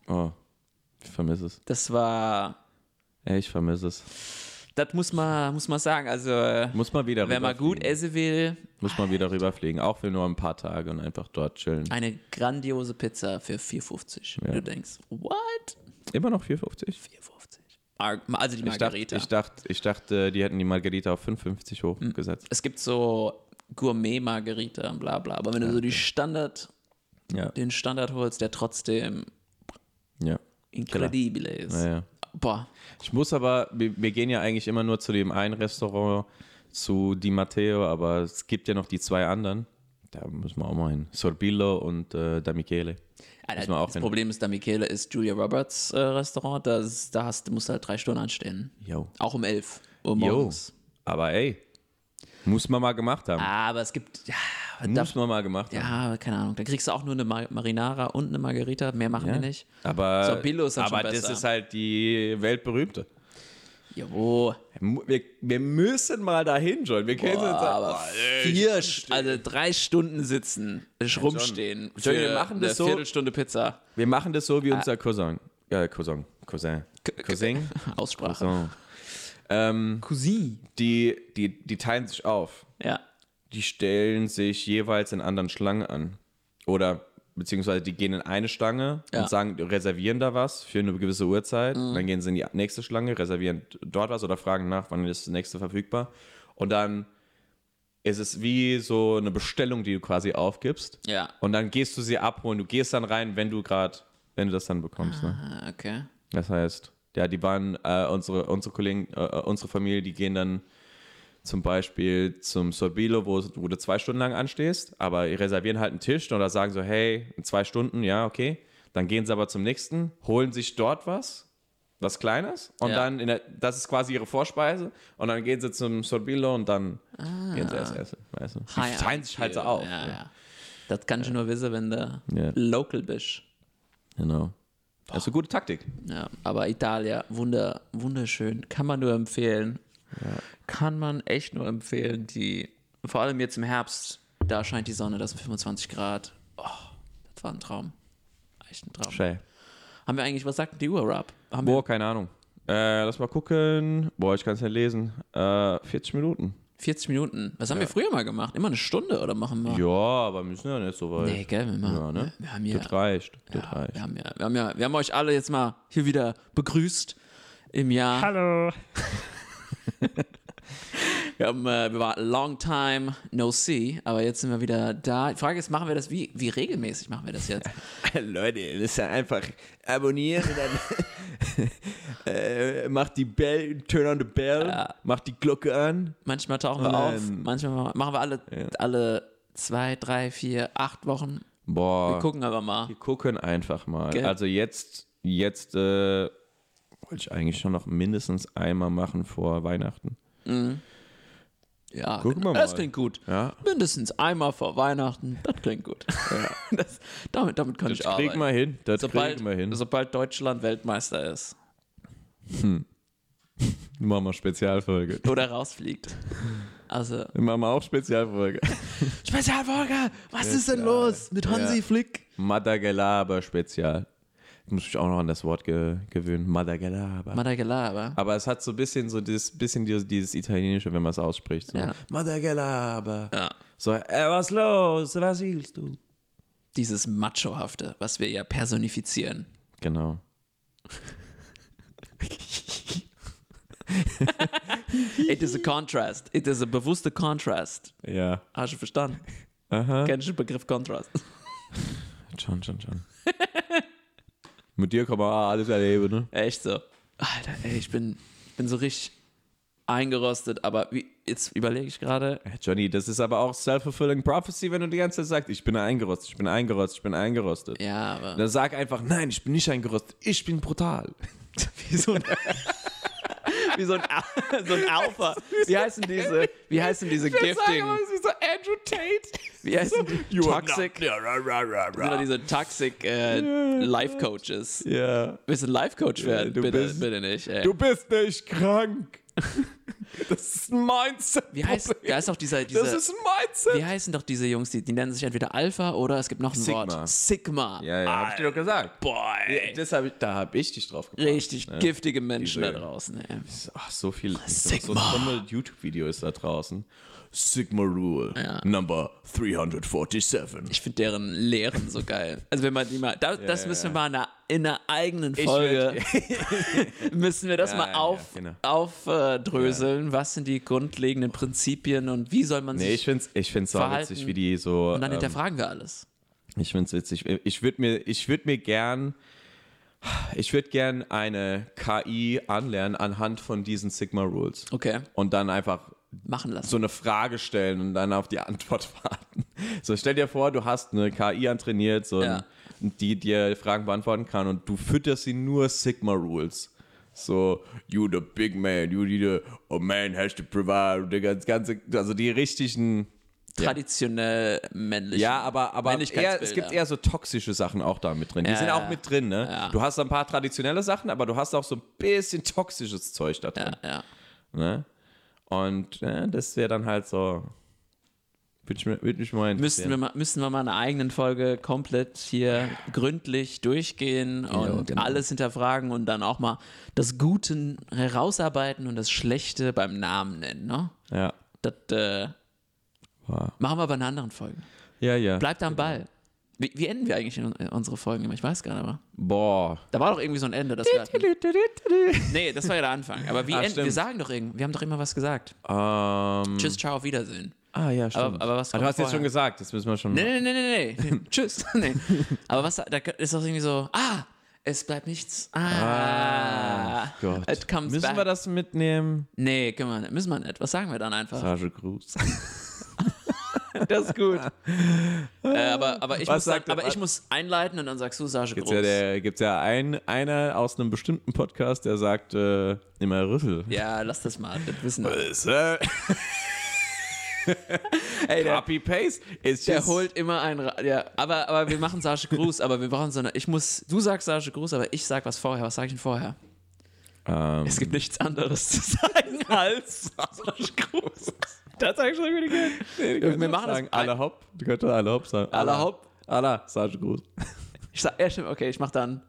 Speaker 2: Oh, ich vermisse es.
Speaker 1: Das war,
Speaker 2: Ey, Ich vermisse es.
Speaker 1: das muss man, muss man sagen. Also, äh,
Speaker 2: Muss mal wieder
Speaker 1: wer mal gut
Speaker 2: rüberfliegen.
Speaker 1: essen will,
Speaker 2: Muss mal wieder rüberfliegen. Auch für nur ein paar Tage und einfach dort chillen.
Speaker 1: eine grandiose Pizza für 4,50.
Speaker 2: Ja.
Speaker 1: Du denkst, what?
Speaker 2: Immer noch 4,50?
Speaker 1: 4,50. Mar- Also die
Speaker 2: Ich dachte,
Speaker 1: Margarita.
Speaker 2: ich, dachte, ich dachte, die hätten die Margarita auf 5,50 hochgesetzt.
Speaker 1: es gibt so Gourmet-Margarita und bla bla, aber wenn du so die Standard,
Speaker 2: Ja.
Speaker 1: den Standard holst, der trotzdem
Speaker 2: Ja.
Speaker 1: Incredibile ist.
Speaker 2: Naja.
Speaker 1: Boah,
Speaker 2: Ich muss aber, wir, wir gehen ja eigentlich immer nur zu dem einen Restaurant, zu Di Matteo, aber es gibt ja noch die zwei anderen. Da müssen wir auch mal hin. Sorbillo und äh, Da Michele.
Speaker 1: Alter,
Speaker 2: Muss man auch
Speaker 1: das
Speaker 2: hin.
Speaker 1: Problem ist, da Michele ist Julia Roberts äh, Restaurant, das, da hast, musst du halt drei Stunden anstehen.
Speaker 2: Jo.
Speaker 1: Auch um 11 Uhr
Speaker 2: Jo.
Speaker 1: morgens.
Speaker 2: Aber ey, muss man mal gemacht haben.
Speaker 1: Aber es gibt, ja, Ah, da,
Speaker 2: muss man mal gemacht haben.
Speaker 1: ja, keine Ahnung, da kriegst du auch nur eine Mar Marinara und eine Margarita, mehr machen wir nicht.
Speaker 2: Aber,
Speaker 1: Sorbillo ist dann
Speaker 2: aber
Speaker 1: schon
Speaker 2: das
Speaker 1: besser.
Speaker 2: ist halt die weltberühmte.
Speaker 1: Jo,
Speaker 2: Mu- Wir, wir müssen mal dahin, John. Wir kennen uns
Speaker 1: aber
Speaker 2: Boah, ey.
Speaker 1: vier, Sch- also drei Stunden sitzen, rumstehen.
Speaker 2: John, wir
Speaker 1: für
Speaker 2: machen das
Speaker 1: eine
Speaker 2: so-
Speaker 1: Viertelstunde Pizza.
Speaker 2: Wir machen das so wie unser Cousin. Äh, Cousin. Cousin. Cousin.
Speaker 1: Aussprache.
Speaker 2: So. Ähm,
Speaker 1: Cousin.
Speaker 2: die, die, die teilen sich auf.
Speaker 1: Ja.
Speaker 2: Die stellen sich jeweils in anderen Schlangen an. Oder beziehungsweise die gehen in eine Stange
Speaker 1: Ja. Mhm.
Speaker 2: und sagen, reservieren da was für eine gewisse Uhrzeit. Dann gehen sie in die nächste Schlange, reservieren dort was oder fragen nach, wann ist das nächste verfügbar. Und dann ist es wie so eine Bestellung, die du quasi aufgibst.
Speaker 1: Ja.
Speaker 2: Und dann gehst du sie abholen. Du gehst dann rein, wenn du gerade, wenn du das dann bekommst. Ne?
Speaker 1: Ah, Okay.
Speaker 2: Das heißt, ja, die waren äh, unsere, unsere Kollegen, äh, äh, unsere Familie, die gehen dann zum Beispiel zum Sorbilo, wo, wo du zwei Stunden lang anstehst, aber die reservieren halt einen Tisch oder sagen so, hey, in zwei Stunden, ja, okay. Dann gehen sie aber zum nächsten, holen sich dort was, was Kleines, und
Speaker 1: Ja.
Speaker 2: dann, in der, das ist quasi ihre Vorspeise, und dann gehen sie zum Sorbilo und dann gehen sie erst essen. Weißt du? Die teilen sich halt so auf.
Speaker 1: Ah. Ja,
Speaker 2: ja.
Speaker 1: ja. Das kannst du nur wissen, wenn du
Speaker 2: Ja.
Speaker 1: local bist.
Speaker 2: Genau. Das ist eine gute Taktik.
Speaker 1: Ja, aber Italia, wunder, wunderschön. Kann man nur empfehlen. Kann man echt nur empfehlen. Die, vor allem jetzt im Herbst, da scheint die Sonne, das sind 25 Grad. Oh, das war ein Traum. Echt ein Traum.
Speaker 2: Schön.
Speaker 1: Haben wir eigentlich, was sagt denn die Uhr ab? Haben wir
Speaker 2: Boah, keine Ahnung. Äh, lass mal gucken. Boah, ich kann es nicht lesen. Äh, 40 Minuten.
Speaker 1: 40 Minuten. Was haben wir früher mal gemacht? Immer eine Stunde oder machen wir?
Speaker 2: Ja, aber müssen ja nicht so weit.
Speaker 1: Nee, gell, wir, machen,
Speaker 2: Ja, ne?
Speaker 1: wir haben ja
Speaker 2: Das reicht. Das
Speaker 1: Ja,
Speaker 2: reicht.
Speaker 1: Wir haben, ja, wir, haben ja, wir haben euch alle jetzt mal hier wieder begrüßt im Jahr. Hallo. wir, haben, äh, wir waren long time no see, aber jetzt sind wir wieder da. Die Frage ist, machen wir das wie, wie regelmäßig machen wir das jetzt?
Speaker 2: Leute, das ist ja einfach abonnieren, dann äh, macht die Bell, turn on the bell, macht die Glocke an.
Speaker 1: Manchmal tauchen wir auf, manchmal machen wir alle, alle zwei, drei, vier, acht Wochen.
Speaker 2: Boah.
Speaker 1: Gucken aber mal.
Speaker 2: Wir gucken einfach mal.
Speaker 1: Gell?
Speaker 2: Also jetzt, jetzt äh, wollte ich eigentlich schon noch mindestens einmal machen vor Weihnachten.
Speaker 1: Ja, genau.
Speaker 2: Gucken wir
Speaker 1: das
Speaker 2: mal.
Speaker 1: klingt gut.
Speaker 2: Ja.
Speaker 1: Mindestens einmal vor Weihnachten, das klingt gut. Das, damit, damit kann ich
Speaker 2: Das
Speaker 1: arbeiten.
Speaker 2: kriegen wir hin. Das
Speaker 1: sobald,
Speaker 2: kriegen wir hin.
Speaker 1: sobald Deutschland Weltmeister ist.
Speaker 2: Machen wir Spezialfolge.
Speaker 1: oder rausfliegt. Also,
Speaker 2: Wir machen auch Spezialfolge.
Speaker 1: Spezialfolge, was ist denn los mit Hansi Flick?
Speaker 2: Madagalaber Spezial. Ich muss mich auch noch an das Wort ge gewöhnen. Madagalaber.
Speaker 1: Madagalaber.
Speaker 2: aber es hat so ein bisschen so dieses, bisschen dieses, dieses Italienische, wenn man es ausspricht. So.
Speaker 1: Ja.
Speaker 2: Madagalaber.
Speaker 1: Ja.
Speaker 2: So, ey, was los? Was willst du?
Speaker 1: Dieses Machohafte, was wir ja personifizieren.
Speaker 2: Genau.
Speaker 1: It is a contrast. It is a bewusste Contrast.
Speaker 2: Ja.
Speaker 1: Hast du verstanden? Kennst du den Begriff Contrast?
Speaker 2: Schon, schon, schon. Mit dir kann man auch alles erleben, ne?
Speaker 1: Echt so. Alter, ey, ich bin, ich bin so richtig eingerostet, aber wie, jetzt überlege ich gerade,
Speaker 2: Ja, Johnny, das ist aber auch self-fulfilling prophecy, wenn du die ganze Zeit sagst, ich bin eingerostet, ich bin eingerostet, ich bin eingerostet.
Speaker 1: ja, aber
Speaker 2: Dann sag einfach, nein, ich bin nicht eingerostet, ich bin brutal.
Speaker 1: wie so ein, wie so ein, Al- so ein Alpha. Wie heißen diese, wie heißen diese Gifting?
Speaker 2: ist so Andrew Tate.
Speaker 1: Wie heißen die? Toxic.
Speaker 2: Ja, ra, ra, ra,
Speaker 1: Oder
Speaker 2: ra.
Speaker 1: diese Toxic äh, Life Coaches.
Speaker 2: ja.
Speaker 1: Willst du ein Life Coach werden?
Speaker 2: du
Speaker 1: bitte,
Speaker 2: bist-
Speaker 1: bitte nicht. Ey.
Speaker 2: Du bist nicht krank. Das ist ein Mindset.
Speaker 1: wie heißt, da ist doch dieser,
Speaker 2: Das
Speaker 1: dieser
Speaker 2: ist ein Mindset.
Speaker 1: wie heißen doch diese Jungs, die, die nennen sich entweder Alpha oder es gibt noch ein
Speaker 2: Sigma.
Speaker 1: Wort. Sigma.
Speaker 2: ja, hab ich dir doch gesagt.
Speaker 1: Boy.
Speaker 2: Das hab ich, da hab ich dich drauf gebracht.
Speaker 1: Richtig giftige Menschen
Speaker 2: Diese-
Speaker 1: da draußen. Ey.
Speaker 2: Ach, so viel. So, so
Speaker 1: Ah, Sigma.
Speaker 2: tolle YouTube-Video ist da draußen. Sigma Rule, Number 347.
Speaker 1: Ich finde deren Lehren so geil. Also wenn man die mal, da, das müssen wir mal in einer, in einer eigenen Folge, müssen wir das
Speaker 2: Ja,
Speaker 1: mal
Speaker 2: ja,
Speaker 1: auf,
Speaker 2: genau.
Speaker 1: aufdröseln. Was sind die grundlegenden Prinzipien und wie soll man
Speaker 2: Nee,
Speaker 1: sich
Speaker 2: ich find's, ich find's so
Speaker 1: Verhalten.
Speaker 2: witzig, wie die so.
Speaker 1: Und dann
Speaker 2: ähm,
Speaker 1: hinterfragen wir alles.
Speaker 2: Äh, Ich finde es witzig. Ich würde mir, ich würd mir gern Ich würde gern eine KI anlernen anhand von diesen Sigma Rules.
Speaker 1: Okay,
Speaker 2: Und dann einfach
Speaker 1: machen lassen.
Speaker 2: so eine Frage stellen und dann auf die Antwort warten. So, stell dir vor, du hast eine KI antrainiert, so
Speaker 1: Ja.
Speaker 2: ein- die dir Fragen beantworten kann und du fütterst sie nur Sigma Rules. So, you the big man, you need a, a man has to provide, die ganz- ganze, also die richtigen.
Speaker 1: Traditionell männlich.
Speaker 2: Ja, aber, aber
Speaker 1: Männlichkeitsbilder.
Speaker 2: eher, es gibt eher so toxische Sachen auch da mit drin. Die
Speaker 1: Ja,
Speaker 2: sind
Speaker 1: ja,
Speaker 2: auch mit drin, ne?
Speaker 1: ja.
Speaker 2: Du hast ein paar traditionelle Sachen, aber du hast auch so ein bisschen toxisches Zeug da drin.
Speaker 1: Ja, ja.
Speaker 2: Ne? Und äh, das wäre dann halt so. Würde ich mir- würd mich mal
Speaker 1: Müssten wir,
Speaker 2: interessieren.
Speaker 1: mal, müssten wir mal in einer eigenen Folge komplett hier gründlich durchgehen und
Speaker 2: genau.
Speaker 1: alles hinterfragen und dann auch mal das Gute herausarbeiten und das Schlechte beim Namen nennen. Ne?
Speaker 2: Ja.
Speaker 1: Das äh,
Speaker 2: Wow. Genau.
Speaker 1: machen wir bei einer anderen Folge.
Speaker 2: Ja, ja.
Speaker 1: Bleibt am Ball. Wie, wie enden wir eigentlich in, in unsere Folgen immer? Ich weiß gar nicht, aber.
Speaker 2: Boah. Ähm,
Speaker 1: Da war doch irgendwie so ein Ende. Das wir hatten. nee, das war ja der Anfang. Aber wie
Speaker 2: Ah,
Speaker 1: enden? Wir
Speaker 2: stimmt.
Speaker 1: sagen doch irgendwie, wir haben doch immer was gesagt.
Speaker 2: Ähm,
Speaker 1: Tschüss, ciao, auf Wiedersehen.
Speaker 2: ah, ja, stimmt.
Speaker 1: Aber- aber was
Speaker 2: Ah,
Speaker 1: kommt
Speaker 2: du hast
Speaker 1: vorher?
Speaker 2: jetzt
Speaker 1: Ne,
Speaker 2: schon gesagt, das müssen wir schon.
Speaker 1: Nee, nee, nee, nee, nee. Tschüss. Nee. Aber was, da ist doch irgendwie so, ah, es bleibt nichts. Ah,
Speaker 2: Gott.
Speaker 1: it comes
Speaker 2: müssen
Speaker 1: back.
Speaker 2: wir das mitnehmen?
Speaker 1: nee, können wir nicht. Müssen wir nicht. Was sagen wir dann einfach?
Speaker 2: Sage Gruß.
Speaker 1: Das ist gut. äh, aber, aber, ich
Speaker 2: Was
Speaker 1: muss sagen,
Speaker 2: sagt der
Speaker 1: aber ich
Speaker 2: Mann?
Speaker 1: muss einleiten und dann sagst du Sage
Speaker 2: Gibt's
Speaker 1: Groß.
Speaker 2: ja, der, gibt's ja ein, einer aus einem bestimmten Podcast, der sagt äh, immer Rüssel.
Speaker 1: ja, lass das mal. Das wissen wir.
Speaker 2: Rüssel.
Speaker 1: Ey, der,
Speaker 2: Copy Paste ist
Speaker 1: der holt immer einen. Ra ja, aber, aber wir machen Sage Groß, aber wir brauchen so eine. Ich muss. Du sagst Sage Groß, aber ich sag was vorher. Was sag ich denn vorher?
Speaker 2: Ähm,
Speaker 1: Es gibt nichts anderes zu sagen als Sage Groß. Das sag ich schon wieder gut.
Speaker 2: wir
Speaker 1: machen
Speaker 2: machen
Speaker 1: das-
Speaker 2: sagen, Alle hopp. Du könntest alle hopp sagen.
Speaker 1: Alle hopp.
Speaker 2: Alla, Sage Gruß.
Speaker 1: Ich sag, ja, stimmt, okay, ich mach dann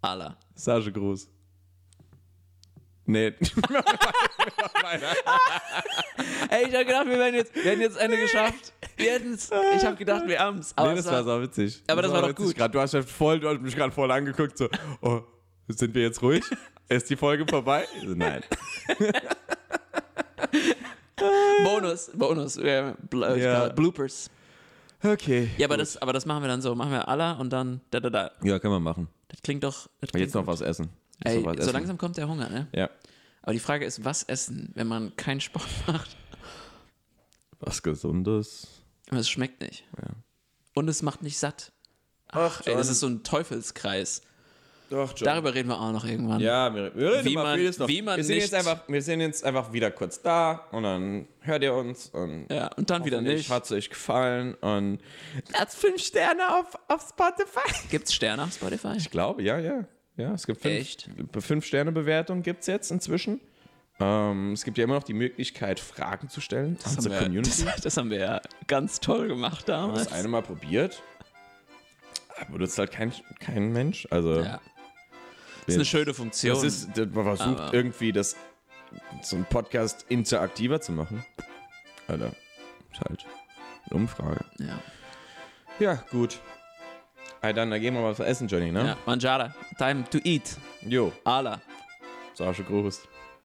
Speaker 1: Allah.
Speaker 2: Sage Gruß. Nee.
Speaker 1: Ey, ich hab gedacht, wir werden jetzt, wir hätten jetzt Ende geschafft. Wir hätten's. Ich hab gedacht, wir haben's. Aber
Speaker 2: nee,
Speaker 1: es
Speaker 2: das war so witzig.
Speaker 1: Aber das war doch
Speaker 2: witzig
Speaker 1: gut.
Speaker 2: Grad. Du, hast ja voll, du hast mich gerade voll angeguckt, so, oh, sind wir jetzt ruhig? Ist die Folge vorbei? Ich so, Nein.
Speaker 1: Bonus, Bonus, äh, bl äh,
Speaker 2: Ja.
Speaker 1: Bloopers.
Speaker 2: Okay.
Speaker 1: Ja, aber das, aber das machen wir dann so. Machen wir Allah und dann da da da.
Speaker 2: Ja, können wir machen.
Speaker 1: Das klingt doch. Das klingt
Speaker 2: Jetzt noch was essen. Jetzt
Speaker 1: Ey,
Speaker 2: noch was
Speaker 1: so
Speaker 2: essen.
Speaker 1: langsam kommt der Hunger, ne?
Speaker 2: Ja.
Speaker 1: Aber die Frage ist, was essen, wenn man keinen Sport macht?
Speaker 2: Was Gesundes.
Speaker 1: Aber es schmeckt nicht. Und es macht nicht satt.
Speaker 2: Ach,
Speaker 1: Ey, das ist so ein Teufelskreis.
Speaker 2: Doch, John.
Speaker 1: Darüber reden wir auch noch irgendwann.
Speaker 2: Ja, wir, wir reden
Speaker 1: Wie
Speaker 2: immer
Speaker 1: man-
Speaker 2: vieles noch.
Speaker 1: wie man
Speaker 2: wir, sind jetzt
Speaker 1: nicht-
Speaker 2: einfach, wir sind jetzt einfach wieder kurz da und dann hört ihr uns und
Speaker 1: Ja, und dann wieder nicht.
Speaker 2: hat es euch gefallen und
Speaker 1: Platz 5
Speaker 2: Sterne auf, auf Spotify.
Speaker 1: Gibt's Sterne auf Spotify?
Speaker 2: Ich glaube, ja, ja. Ja, es gibt fünf,
Speaker 1: Echt?
Speaker 2: fünf Sterne Bewertung gibt es jetzt inzwischen. Ähm, es gibt ja immer noch die Möglichkeit, Fragen zu stellen an unsere
Speaker 1: haben wir,
Speaker 2: Community.
Speaker 1: Das, das haben wir ja ganz toll gemacht
Speaker 2: Wir haben
Speaker 1: damals.
Speaker 2: das eine Mal probiert. Aber das ist halt kein, kein Mensch. Also,
Speaker 1: ja. Das ist eine schöne Funktion.
Speaker 2: das ist, das- man versucht
Speaker 1: Aber-
Speaker 2: irgendwie, das, so einen Podcast interaktiver zu machen. Alter, ist halt eine Umfrage.
Speaker 1: ja.
Speaker 2: Ja, gut. Hey, dann, dann gehen wir mal was essen, Johnny, ne?
Speaker 1: Ja. Manjara, time to eat.
Speaker 2: Jo,
Speaker 1: Allah.
Speaker 2: Sascha, Gruß.